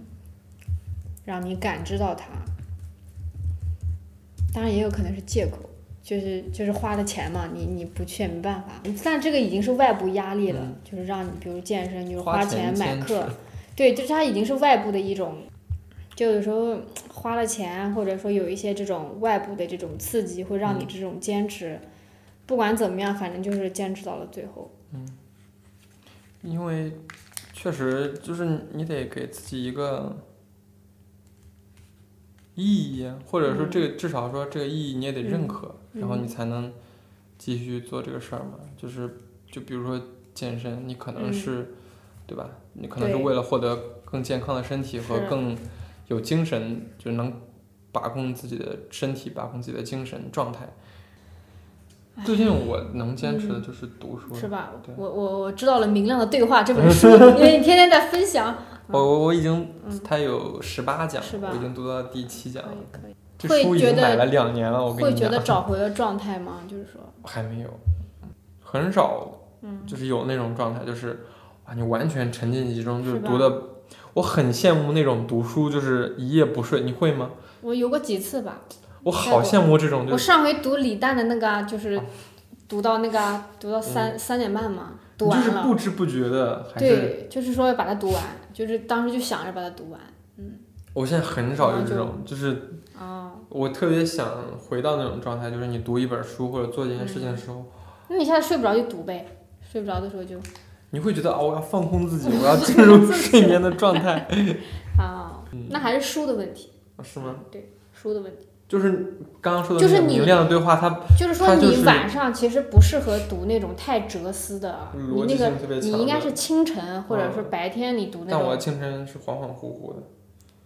Speaker 2: 让你感知到它。当然也有可能是借口，就是就是花的钱嘛，你你不去也没办法。但这个已经是外部压力了，
Speaker 1: 嗯
Speaker 2: 就是让你比如健身就是
Speaker 1: 花
Speaker 2: 花
Speaker 1: 钱
Speaker 2: 钱买
Speaker 1: 坚
Speaker 2: 课，对，就是它已经是外部的一种，就有时候嗯花了钱，或者说有一些这种外部的这种刺激，
Speaker 1: 嗯
Speaker 2: 会让你这种坚持，不管怎么样，反正就是坚持到了最后。
Speaker 1: 因为确实就是你得给自己一个意义，或者说这个、至少说这个意义你也得认可，
Speaker 2: 嗯
Speaker 1: 然后你才能继续做这个事儿嘛。就是就比如说健身，你可能
Speaker 2: 嗯
Speaker 1: 是、对吧？你可能是
Speaker 2: 对
Speaker 1: 为了获得更健康的身体和
Speaker 2: 是
Speaker 1: 更有精神，就能把控自己的身体，把控自己的精神状态。最近我能坚持的就是读书，
Speaker 2: 嗯是吧
Speaker 1: 对？
Speaker 2: 我我我知道了《明亮的对话》这 本书，因为你天天在分享，
Speaker 1: 我我我已经，它有十八讲，
Speaker 2: 是吧
Speaker 1: 我已经读到第七讲
Speaker 2: 可
Speaker 1: 了。
Speaker 2: 以嗯可以。
Speaker 1: 这
Speaker 2: 会
Speaker 1: 书已
Speaker 2: 觉
Speaker 1: 经
Speaker 2: 得
Speaker 1: 买了两年了，我跟
Speaker 2: 会
Speaker 1: 你
Speaker 2: 觉
Speaker 1: 讲，
Speaker 2: 得找回了状态吗？就是说，
Speaker 1: 还没有，很少，
Speaker 2: 嗯
Speaker 1: 就是有那种状态，就是哇，你完全沉浸其中，就是是
Speaker 2: 吧
Speaker 1: 读的，我很羡慕那种读书就是一夜不睡，你会吗？
Speaker 2: 我有过几次吧。
Speaker 1: 我好羡慕这种，
Speaker 2: 我
Speaker 1: 哦就是哦
Speaker 2: 上回读李诞的那个啊，就是读到那个啊，读到三、三点半嘛，读
Speaker 1: 嗯你
Speaker 2: 完
Speaker 1: 就
Speaker 2: 了。
Speaker 1: 是不知不觉的，还是
Speaker 2: 对，就是说要把它读完，就是当时就想着把它读完。
Speaker 1: 我现在很少有
Speaker 2: 然后
Speaker 1: 这
Speaker 2: 就
Speaker 1: 种，就是
Speaker 2: 哦，
Speaker 1: 我特别想回到那种状态，就是你读一本书或者做这件事情的时候，
Speaker 2: 那你现在睡不着就读呗，睡不着的时候就
Speaker 1: 你会觉得啊，我要放空 自己，我要进入睡眠的状态，
Speaker 2: 啊、那还是书的问题，
Speaker 1: 是吗？
Speaker 2: 对，书的问题，
Speaker 1: 就是刚刚说的
Speaker 2: 就是
Speaker 1: 那个
Speaker 2: 你
Speaker 1: 明亮的对话，它
Speaker 2: 就是说
Speaker 1: 它就
Speaker 2: 你
Speaker 1: 是
Speaker 2: 晚上其实不适合读那种太哲思的，
Speaker 1: 嗯逻
Speaker 2: 你
Speaker 1: 辑
Speaker 2: 那个
Speaker 1: 性特别
Speaker 2: 你
Speaker 1: 强的。
Speaker 2: 应该是清晨或者
Speaker 1: 嗯
Speaker 2: 是白天你读那
Speaker 1: 但我
Speaker 2: 种，
Speaker 1: 清晨是恍恍惚惚的，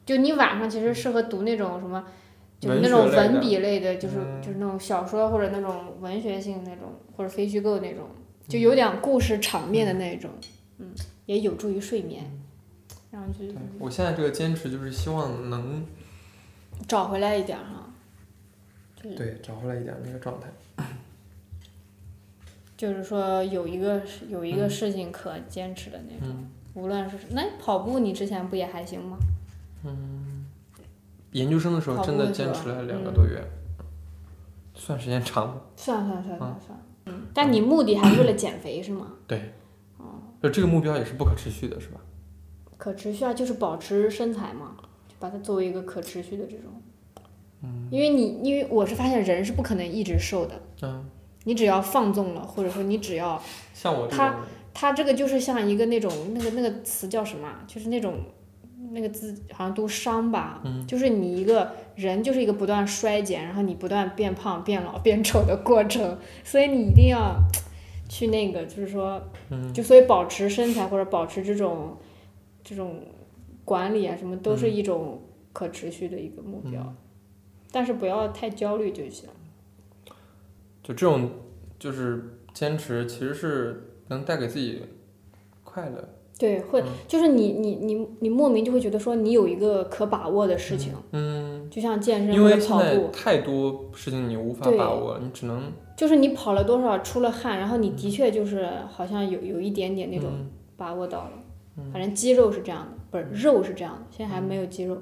Speaker 2: 就你晚上其实适合读那种什么。就是
Speaker 1: 文
Speaker 2: 那
Speaker 1: 学
Speaker 2: 种
Speaker 1: 类
Speaker 2: 文
Speaker 1: 的
Speaker 2: 笔类的，就是
Speaker 1: 嗯
Speaker 2: 就是那种小说或者那种文学性那种，或者非虚构那种，
Speaker 1: 嗯
Speaker 2: 就有点故事场面的那种，嗯，也有助于睡眠，然后就
Speaker 1: 对我现在这个坚持就是希望能
Speaker 2: 找回来一点儿哈。嗯
Speaker 1: 对找回来一点那个状态。
Speaker 2: 就是说有一个事有一个事情可坚持的那种，
Speaker 1: 嗯
Speaker 2: 无论是那跑步，你之前不也还行吗？
Speaker 1: 嗯，研究生的时候嗯
Speaker 2: 跑步
Speaker 1: 真的
Speaker 2: 是吧
Speaker 1: 坚持了两个多月，算时间长吗？
Speaker 2: 算算算算算，嗯，但你目的还是为了减肥是吗？
Speaker 1: 对，
Speaker 2: 哦，
Speaker 1: 就这个目标也是不可持续的，是吧？
Speaker 2: 可持续啊，就是保持身材嘛，就把它作为一个可持续的这种。嗯，因为你因为我是发现人是不可能一直瘦的，
Speaker 1: 嗯，
Speaker 2: 你只要放纵了，或者说你只要
Speaker 1: 像我这种
Speaker 2: 他它这个就是像一个那种那个那个词叫什么啊，就是那种那个字好像读伤吧，
Speaker 1: 嗯
Speaker 2: 就是你一个人就是一个不断衰减，然后你不断变胖、变老、变丑的过程，所以你一定要去那个，就是说，
Speaker 1: 嗯
Speaker 2: 就所以保持身材或者保持这种这种管理啊什么，都是一种可持续的一个目标，
Speaker 1: 嗯
Speaker 2: 但是不要太焦虑就行。
Speaker 1: 就这种就是坚持，其实是能带给自己快乐。
Speaker 2: 对，会、
Speaker 1: 嗯
Speaker 2: 就是你你你你莫名就会觉得说你有一个可把握的事情，
Speaker 1: 嗯，
Speaker 2: 就像健身
Speaker 1: 因
Speaker 2: 或
Speaker 1: 为
Speaker 2: 者
Speaker 1: 现
Speaker 2: 跑
Speaker 1: 在
Speaker 2: 步，
Speaker 1: 太多事情你无法
Speaker 2: 对
Speaker 1: 把握，你只能
Speaker 2: 就是你跑了多少出了汗，然后你的确就是好像有有一点点那种
Speaker 1: 嗯
Speaker 2: 把握到了，
Speaker 1: 嗯
Speaker 2: 反正肌肉是这样的，不是肉是这样的，现在还没有肌肉，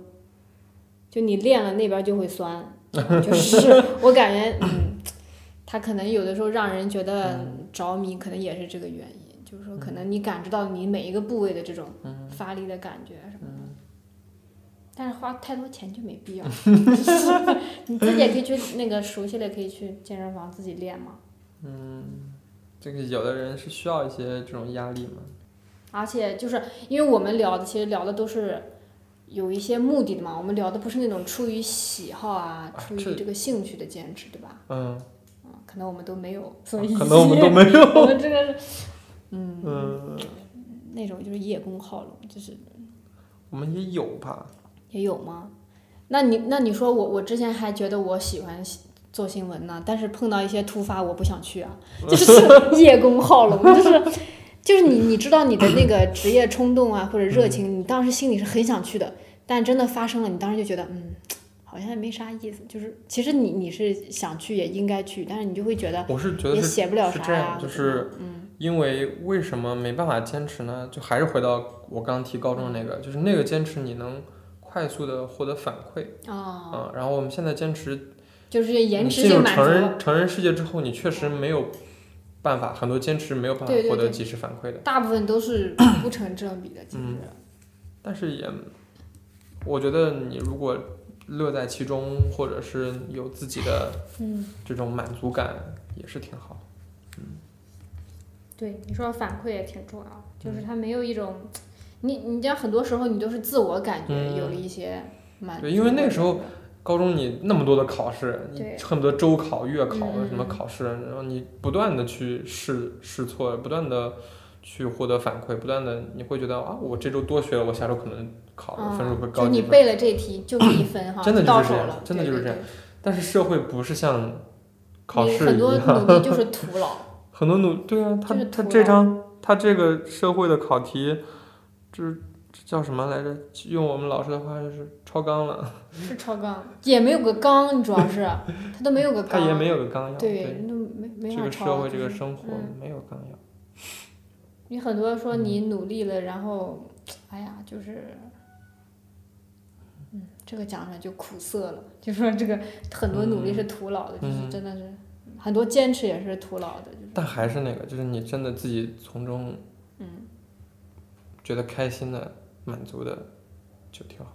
Speaker 2: 就你练了那边就会酸，就是我感觉嗯，它可能有的时候让人觉得着迷，可能也是这个原因，就是说可能你感知到你每一个部位的这种发力的感觉什么的。但是花太多钱就没必要， 你自己也可以去那个熟悉了，可以去健身房自己练嘛。
Speaker 1: 这个有的人是需要一些这种压力嘛。
Speaker 2: 而且就是因为我们聊的，其实聊的都是有一些目的的嘛，我们聊的不是那种出于喜好啊，出
Speaker 1: 这
Speaker 2: 于这个兴趣的坚持，对吧？
Speaker 1: 嗯，
Speaker 2: 嗯，可能我们都没有，所以
Speaker 1: 啊可能我们都没有。
Speaker 2: 我们这个是，嗯，
Speaker 1: 嗯，
Speaker 2: 那种就是叶公好龙，就是
Speaker 1: 我们也有吧。
Speaker 2: 也有吗？那你那你说我我之前还觉得我喜欢喜做新闻呢，但是碰到一些突发我不想去 啊，就是叶公好龙，就是
Speaker 1: 嗯
Speaker 2: 就是你你知道你的那个职业冲动啊或者热情，你当时心里是很想去的，
Speaker 5: 但真的发生了，你当时就觉得，嗯，好像也没啥意思。就是其实你你是想去也应该去，但是你就会觉得
Speaker 1: 我是觉得
Speaker 5: 也
Speaker 1: 是
Speaker 5: 写不了
Speaker 1: 是
Speaker 5: 啥
Speaker 1: 这
Speaker 5: 呀、
Speaker 1: 样，就是
Speaker 5: 嗯
Speaker 1: 因为为什么没办法坚持呢？就还是回到我刚提高中那个，就是那个坚持你能快速的获得反馈
Speaker 5: 啊、
Speaker 1: 啊、然后我们现在坚持，
Speaker 5: 就是延
Speaker 1: 你
Speaker 5: 迟
Speaker 1: 进
Speaker 5: 性
Speaker 1: 入
Speaker 5: 满
Speaker 1: 成
Speaker 5: 足。
Speaker 1: 人成人世界之后，你确实没有办法，很多坚持没有办法
Speaker 5: 对对
Speaker 1: 获得
Speaker 5: 对
Speaker 1: 及时反馈的。
Speaker 5: 大部分都是不成正比的，其实
Speaker 1: 嗯，但是也，我觉得你如果乐在其中，或者是有自己的
Speaker 2: 嗯，
Speaker 1: 这种满足感，也是挺好。
Speaker 2: 对，你说反馈也挺重要，
Speaker 1: 嗯
Speaker 2: 就是他没有一种，你你像很多时候你都是自我感觉
Speaker 1: 嗯
Speaker 2: 有了一些满足，
Speaker 1: 对因为那时候高中你那么多的考试，你
Speaker 2: 对
Speaker 1: 恨不得周考、月考
Speaker 2: 嗯嗯
Speaker 1: 什么考试，然后你不断的去试试错，不断的去获得反馈，不断的你会觉得啊，我这周多学了，我下周可能考
Speaker 2: 嗯
Speaker 1: 分数会高
Speaker 2: 就
Speaker 1: 几
Speaker 2: 你
Speaker 1: 分。
Speaker 2: 背了这题就是一分哈，
Speaker 1: 真的就是
Speaker 2: 到手
Speaker 1: 这样
Speaker 2: 了，
Speaker 1: 真的
Speaker 2: 对
Speaker 1: 就是
Speaker 2: 对
Speaker 1: 这但是社会不是像考
Speaker 2: 对
Speaker 1: 试
Speaker 2: 你很多
Speaker 1: 一样，
Speaker 2: 努 力就是徒劳，
Speaker 1: 很多努对啊，他
Speaker 2: 就是
Speaker 1: 他
Speaker 2: 徒
Speaker 1: 这
Speaker 2: 劳
Speaker 1: 张他这个社会的考题，这这叫什么来着？用我们老师的话就是超纲了，
Speaker 2: 是 超纲，也没有个纲，你主要是他都没有个
Speaker 1: 他
Speaker 2: 纲，
Speaker 1: 也没有个纲要。
Speaker 2: 对，人都没没
Speaker 1: 这
Speaker 2: 法
Speaker 1: 个
Speaker 2: 抄。
Speaker 1: 社会这
Speaker 2: 就
Speaker 1: 个
Speaker 2: 是
Speaker 1: 生活
Speaker 2: 嗯
Speaker 1: 没有纲要。
Speaker 2: 你很多说
Speaker 1: 嗯
Speaker 2: 你努力了，然后，哎呀，就是，嗯，这个讲出来就苦涩了，就说这个很多努力是徒劳的，就是
Speaker 1: 嗯
Speaker 2: 真的是很多坚持也是徒劳的，就是
Speaker 1: 但还是那个，就是你真的自己从中
Speaker 2: 嗯，
Speaker 1: 觉得开心的、满足的，就挺好。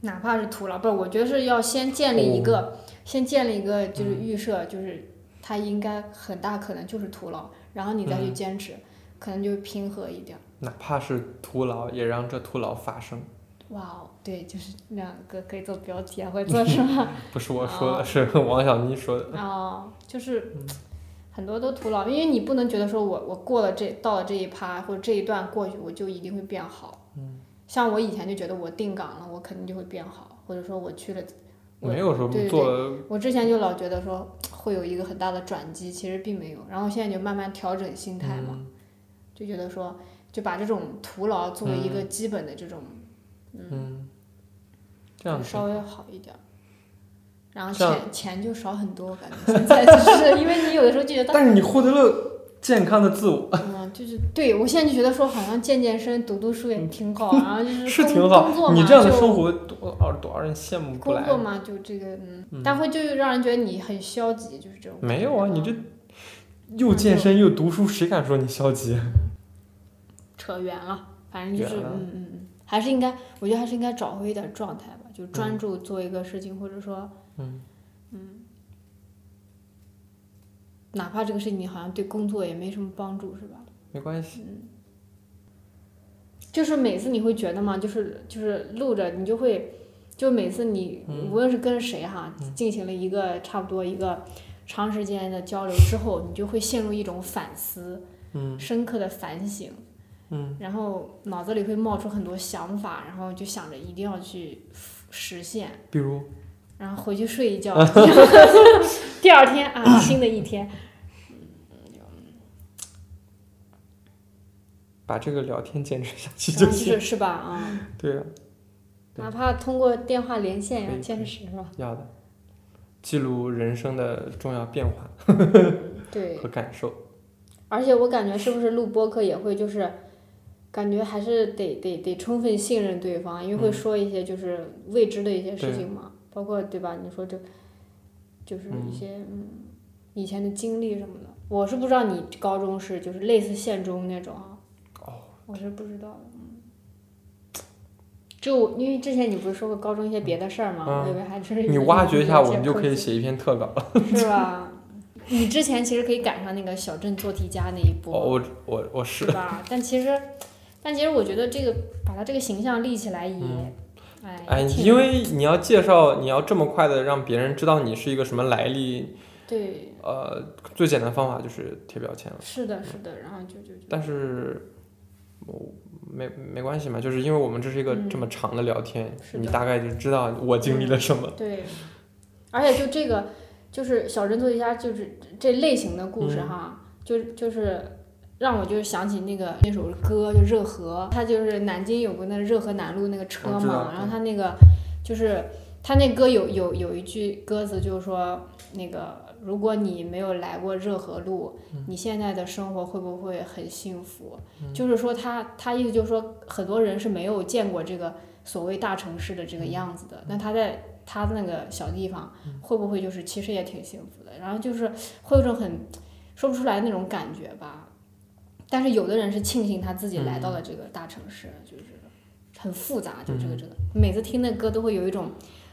Speaker 2: 哪怕是徒劳，不是，我觉得是要先建立一个，
Speaker 1: 哦
Speaker 2: 先建立一个
Speaker 1: 嗯
Speaker 2: 就是预设，就是他应该很大可能就是徒劳，然后你再去
Speaker 1: 嗯
Speaker 2: 坚持，可能就平和一点。
Speaker 1: 哪怕是徒劳，也让这徒劳发生。
Speaker 2: 哇哦，对，就是两个可以做标题啊，或者做什么
Speaker 1: 不是我说的，
Speaker 2: 哦
Speaker 1: 是王小妮说的。
Speaker 2: 啊，就是很多都徒劳，因为你不能觉得说我我过了这到了这一趴或者这一段过去，我就一定会变好。
Speaker 1: 嗯，
Speaker 2: 像我以前就觉得我定岗了，我肯定就会变好，或者说我去了，我
Speaker 1: 没有说
Speaker 2: 对对
Speaker 1: 做了，
Speaker 2: 我之前就老觉得说会有一个很大的转机，其实并没有。然后现在就慢慢调整心态嘛，
Speaker 1: 嗯
Speaker 2: 就觉得说就把这种徒劳作为一个基本的这种，
Speaker 1: 嗯，这样
Speaker 2: 就
Speaker 1: 子
Speaker 2: 稍微好一点儿。然后
Speaker 1: 这样
Speaker 2: 钱钱就少很多，我感觉现在就是因为你有的时候就觉得，
Speaker 1: 但是你获得了健康的自我，
Speaker 2: 嗯，就是对我现在就觉得说，好像健健身、读读书也挺好，然后就是
Speaker 1: 嗯是
Speaker 2: 工
Speaker 1: 挺
Speaker 2: 嗯工
Speaker 1: 好。
Speaker 2: 作嘛，
Speaker 1: 你这样的
Speaker 2: 就
Speaker 1: 生活，多少多少人羡慕不
Speaker 2: 工
Speaker 1: 来
Speaker 2: 作。嘛，就这个，嗯，
Speaker 1: 嗯
Speaker 2: 但会就让人觉得你很消极，就是这种感觉。
Speaker 1: 没有啊，你这
Speaker 2: 那
Speaker 1: 又
Speaker 2: 就
Speaker 1: 健身又读书，谁敢说你消极？
Speaker 2: 扯远了，反正就是，
Speaker 1: 远了
Speaker 2: 嗯嗯嗯，还是应该，我觉得还是应该找回一点状态吧，就专注做一个事情，或者说，
Speaker 1: 嗯
Speaker 2: 嗯哪怕这个事情你好像对工作也没什么帮助，是吧？
Speaker 1: 没关系，
Speaker 2: 就是每次你会觉得嘛，就是就是录着你就会，就每次你
Speaker 1: 嗯
Speaker 2: 无论是跟谁哈、
Speaker 1: 嗯
Speaker 2: 进行了一个差不多一个长时间的交流之后，你就会陷入一种反思、
Speaker 1: 嗯
Speaker 2: 深刻的反省，
Speaker 1: 嗯
Speaker 2: 然后脑子里会冒出很多想法，然后就想着一定要去实现，
Speaker 1: 比如
Speaker 2: 然后回去睡 一觉， 第二天啊，新的一天，
Speaker 1: 把这个聊天坚持下去
Speaker 2: 然
Speaker 1: 就
Speaker 2: 后就
Speaker 1: 行。
Speaker 2: 是是吧啊，
Speaker 1: 对啊，对
Speaker 2: 哪怕通过电话连线呀
Speaker 1: 可以，
Speaker 2: 坚持是吧？
Speaker 1: 要的，记录人生的重要变化
Speaker 2: 对。
Speaker 1: 和感受。
Speaker 2: 而且我感觉是不是录播客也会就是，感觉还是得得得充分信任对方，因为会
Speaker 1: 嗯
Speaker 2: 说一些就是未知的一些事
Speaker 1: 对
Speaker 2: 情嘛，包括对吧？你说这，就是
Speaker 1: 嗯
Speaker 2: 一些嗯以前的经历什么的，我是不知道你高中是就是类似县中那种啊，
Speaker 1: 哦，
Speaker 2: 我是不知道的。嗯就我因为之前你不是说过高中一些别的事儿吗？
Speaker 1: 嗯
Speaker 2: 我以为还是
Speaker 1: 你挖掘一下，我们就可以
Speaker 2: 写。
Speaker 1: 写一篇特稿了。
Speaker 2: 是 吧？你之前其实可以赶上那个小镇做题家那一
Speaker 1: 哦，
Speaker 2: 波，
Speaker 1: 我我我是
Speaker 2: 对吧？但其实，但其实我觉得这个把他这个形象立起来也，
Speaker 1: 嗯
Speaker 2: 哎，
Speaker 1: 哎，
Speaker 2: 也挺
Speaker 1: 因为你要介绍，你要这么快的让别人知道你是一个什么来历，
Speaker 2: 对，
Speaker 1: 呃，最简单方法就是贴标签了。
Speaker 2: 是的，是的，然后就就就
Speaker 1: 但是，我没没关系嘛，就是因为我们这是一个
Speaker 2: 嗯
Speaker 1: 这么长的聊天，
Speaker 2: 是的
Speaker 1: 你大概就知道我经历了什么。
Speaker 2: 对，而且就这个就是小镇做题家，就是这类型的故事
Speaker 1: 嗯
Speaker 2: 哈，就就是让我就是想起那个那首歌，就热河，它就是南京有个那热河南路那个车
Speaker 1: 我知道
Speaker 2: 嘛，然后它那个就是它那歌有有有一句歌词就是说那个如果你没有来过热河路，
Speaker 1: 嗯
Speaker 2: 你现在的生活会不会很幸福？就是说他他意思就是说很多人是没有见过这个所谓大城市的
Speaker 1: 嗯
Speaker 2: 这个样子的，那他在他那个小地方会不会就是其实也挺幸福的？然后就是会有种很说不出来那种感觉吧。但是有的人是庆幸他自己来到
Speaker 1: 嗯
Speaker 2: 了这个大城市，就是很复杂，就这个这个。每次听那歌都会有一种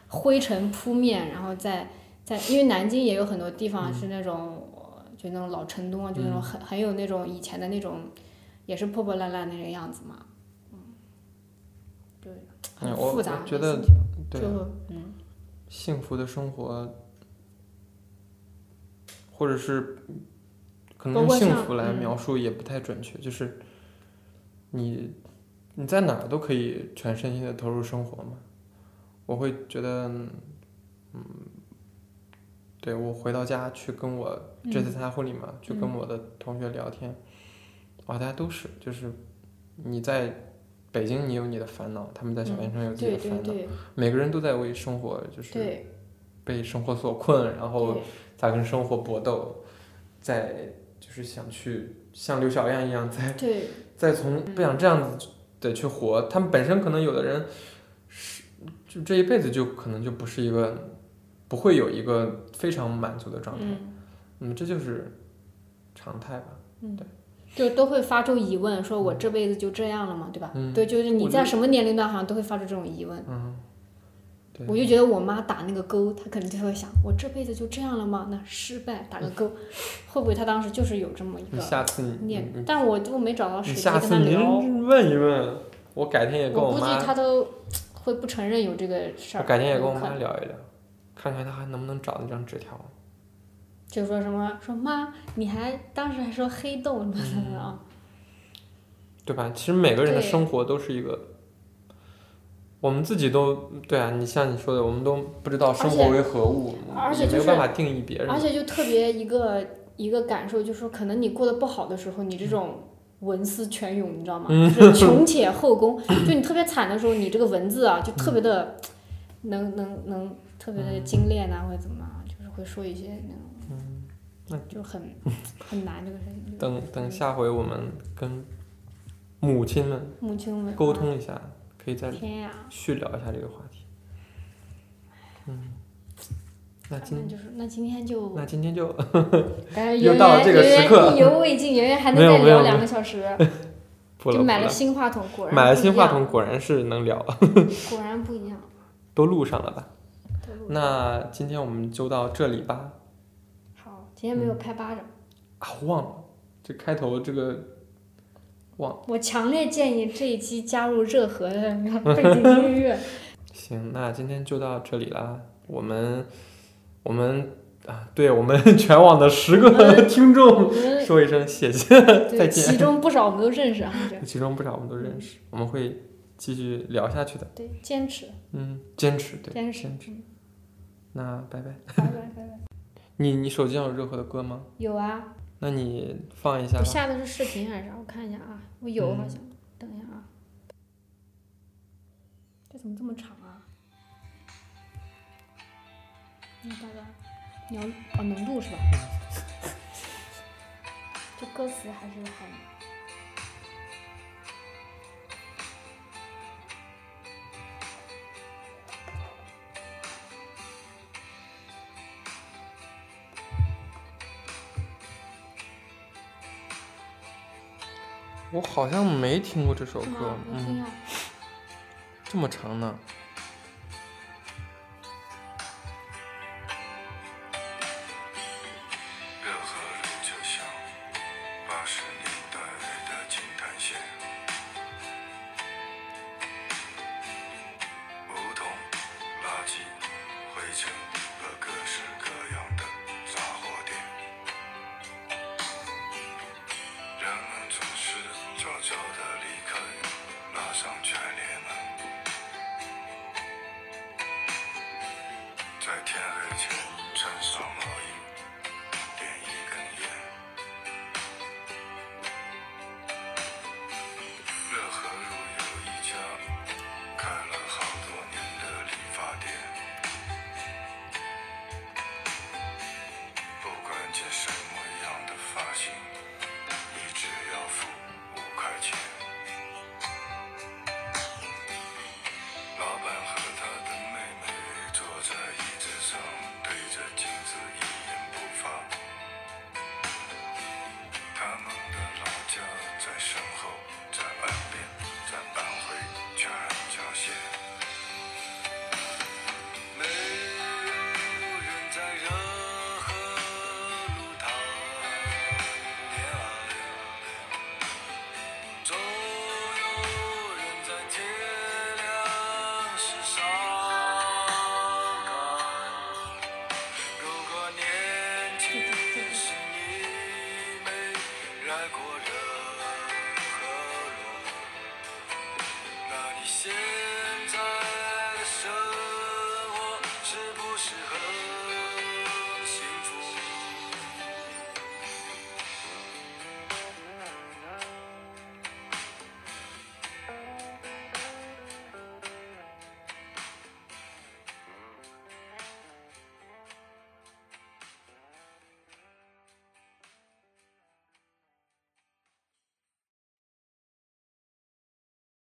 Speaker 2: 灰尘扑面，然后在在，因为南京也有很多地方是那种，就那种老城东啊，就那
Speaker 1: 嗯
Speaker 2: 种很很有那种以前的那种，也是破破烂烂那个样子嘛。嗯，对，
Speaker 1: 哎
Speaker 2: 很
Speaker 1: 我
Speaker 2: 复杂。
Speaker 1: 我觉得
Speaker 2: 这心情
Speaker 1: 对
Speaker 2: 嗯
Speaker 1: 啊
Speaker 2: 就
Speaker 1: 幸福的生活，或者是可能
Speaker 2: 包
Speaker 1: 用
Speaker 2: 括
Speaker 1: 幸
Speaker 2: 像
Speaker 1: 福来
Speaker 2: 嗯
Speaker 1: 描述也不太准确，就是你你在哪儿都可以全身心的投入生活嘛。我会觉得，嗯，对我回到家去跟我这次
Speaker 2: 嗯
Speaker 1: 参加婚礼嘛，去跟我的同学聊天，哇，大家都是就是你在北京你有你的烦恼，他们在小县城有自己
Speaker 2: 嗯对
Speaker 1: 的烦
Speaker 2: 对
Speaker 1: 恼，
Speaker 2: 对
Speaker 1: 每个人都在为生活就是
Speaker 2: 对
Speaker 1: 被生活所困，然后
Speaker 2: 对，
Speaker 1: 在跟生活搏斗，在就是想去像刘小燕一样，再
Speaker 2: 对
Speaker 1: 再从不想这样子的去活。他们本身可能有的人是就这一辈子就可能就不是一个不会有一个非常满足的状态，
Speaker 2: 嗯，
Speaker 1: 嗯，这就是常态吧。
Speaker 2: 就都会发出疑问，说我这辈子就这样了嘛，对吧？
Speaker 1: 嗯
Speaker 2: 对，就是
Speaker 1: 我
Speaker 2: 你
Speaker 1: 觉得
Speaker 2: 在什么年龄段好像都会发出这种疑问。
Speaker 1: 嗯，对，
Speaker 2: 我就觉得我妈打那个勾，她可能就会想，我这辈子就这样了吗？那失败打个勾，会不会她当时就是有这么一
Speaker 1: 你
Speaker 2: 个
Speaker 1: 下次你
Speaker 2: 念？
Speaker 1: 你
Speaker 2: 但我就没找到
Speaker 1: 嗯你
Speaker 2: 时机
Speaker 1: 下
Speaker 2: 跟她
Speaker 1: 次您
Speaker 2: 聊，
Speaker 1: 问一问，我改天也跟
Speaker 2: 我估计
Speaker 1: 妈
Speaker 2: 她都会不承认有这个事
Speaker 1: 我
Speaker 2: 儿。
Speaker 1: 改天也跟我
Speaker 2: 有可
Speaker 1: 妈
Speaker 2: 能
Speaker 1: 聊一聊，看看她还能不能找那张纸条。
Speaker 2: 就说什么说妈，你还当时还说黑洞呢
Speaker 1: 嗯
Speaker 2: 啊，
Speaker 1: 对吧？其实每个人的
Speaker 2: 对
Speaker 1: 生活都是一个，我们自己都对啊。你像你说的，我们都不知道生活
Speaker 2: 而且
Speaker 1: 为何物，
Speaker 2: 而且
Speaker 1: 也没
Speaker 2: 就
Speaker 1: 有
Speaker 2: 是
Speaker 1: 办法定义别人。
Speaker 2: 而且就特别一个一个感受，就是说可能你过得不好的时候，
Speaker 1: 嗯
Speaker 2: 你这种文思泉涌，你知道吗？就是穷且后宫，就你特别惨的时候，你这个文字啊，就特别的
Speaker 1: 嗯
Speaker 2: 能能能特别的精炼啊，或者怎么啊，就是会说一些那种，就很很难这个事情。
Speaker 1: 嗯等等，下回我们跟母亲们
Speaker 2: 嗯母亲们
Speaker 1: 沟。通一下，可以再
Speaker 2: 天呀、
Speaker 1: 续聊一下这个话题。嗯，那
Speaker 2: 反
Speaker 1: 今
Speaker 2: 正就是那今天嗯 就
Speaker 1: 那今天就
Speaker 2: 感觉
Speaker 1: 又
Speaker 2: 圆
Speaker 1: 到了
Speaker 2: 圆
Speaker 1: 这个时
Speaker 2: 圆
Speaker 1: 刻
Speaker 2: 圆意犹未尽，圆圆还能
Speaker 1: 没有
Speaker 2: 再
Speaker 1: 没有
Speaker 2: 聊
Speaker 1: 没有
Speaker 2: 两个小时，
Speaker 1: 不了
Speaker 2: 就
Speaker 1: 不
Speaker 2: 买了
Speaker 1: 了，
Speaker 2: 新话筒，果然
Speaker 1: 买了
Speaker 2: 不一
Speaker 1: 新话
Speaker 2: 样
Speaker 1: 筒，果然是能聊，
Speaker 2: 果然不一样。
Speaker 1: 都录上了吧？
Speaker 2: 都录
Speaker 1: 那今天我们就到这里吧。
Speaker 2: 好，今天没
Speaker 1: 嗯
Speaker 2: 有拍巴掌。
Speaker 1: 啊，忘了这开头这个
Speaker 2: 我强烈建议这一期加入热河的那个背景音 乐。
Speaker 1: 行，那今天就到这里啦。我们，我们啊，对我们 全网的十个 听众
Speaker 2: 我们
Speaker 1: 说一声谢谢，再
Speaker 2: 对
Speaker 1: 见
Speaker 2: 其。中不少我们都认识啊，这
Speaker 1: 其中不少我们都认识，我们会继续聊下去的。
Speaker 2: 对，坚持，
Speaker 1: 嗯，坚持，对，
Speaker 2: 坚持
Speaker 1: 坚
Speaker 2: 嗯
Speaker 1: 持。那拜拜。
Speaker 2: 拜拜拜拜。
Speaker 1: 你你手机上有热河的歌吗？
Speaker 2: 有啊，
Speaker 1: 那你放一 下
Speaker 2: 我
Speaker 1: 吧。嗯
Speaker 2: 下的是视频还是啥？我看一下啊，我有好像，等一下啊。这怎么这么长啊？那大家，你要哦能录是吧？
Speaker 1: 嗯
Speaker 2: 这歌词还是很。
Speaker 1: 我好像没听过这首
Speaker 2: 是吗
Speaker 1: 歌，？
Speaker 2: 我听
Speaker 1: 嗯，
Speaker 2: 一
Speaker 1: 嗯
Speaker 2: 下。啊
Speaker 1: 这么长呢？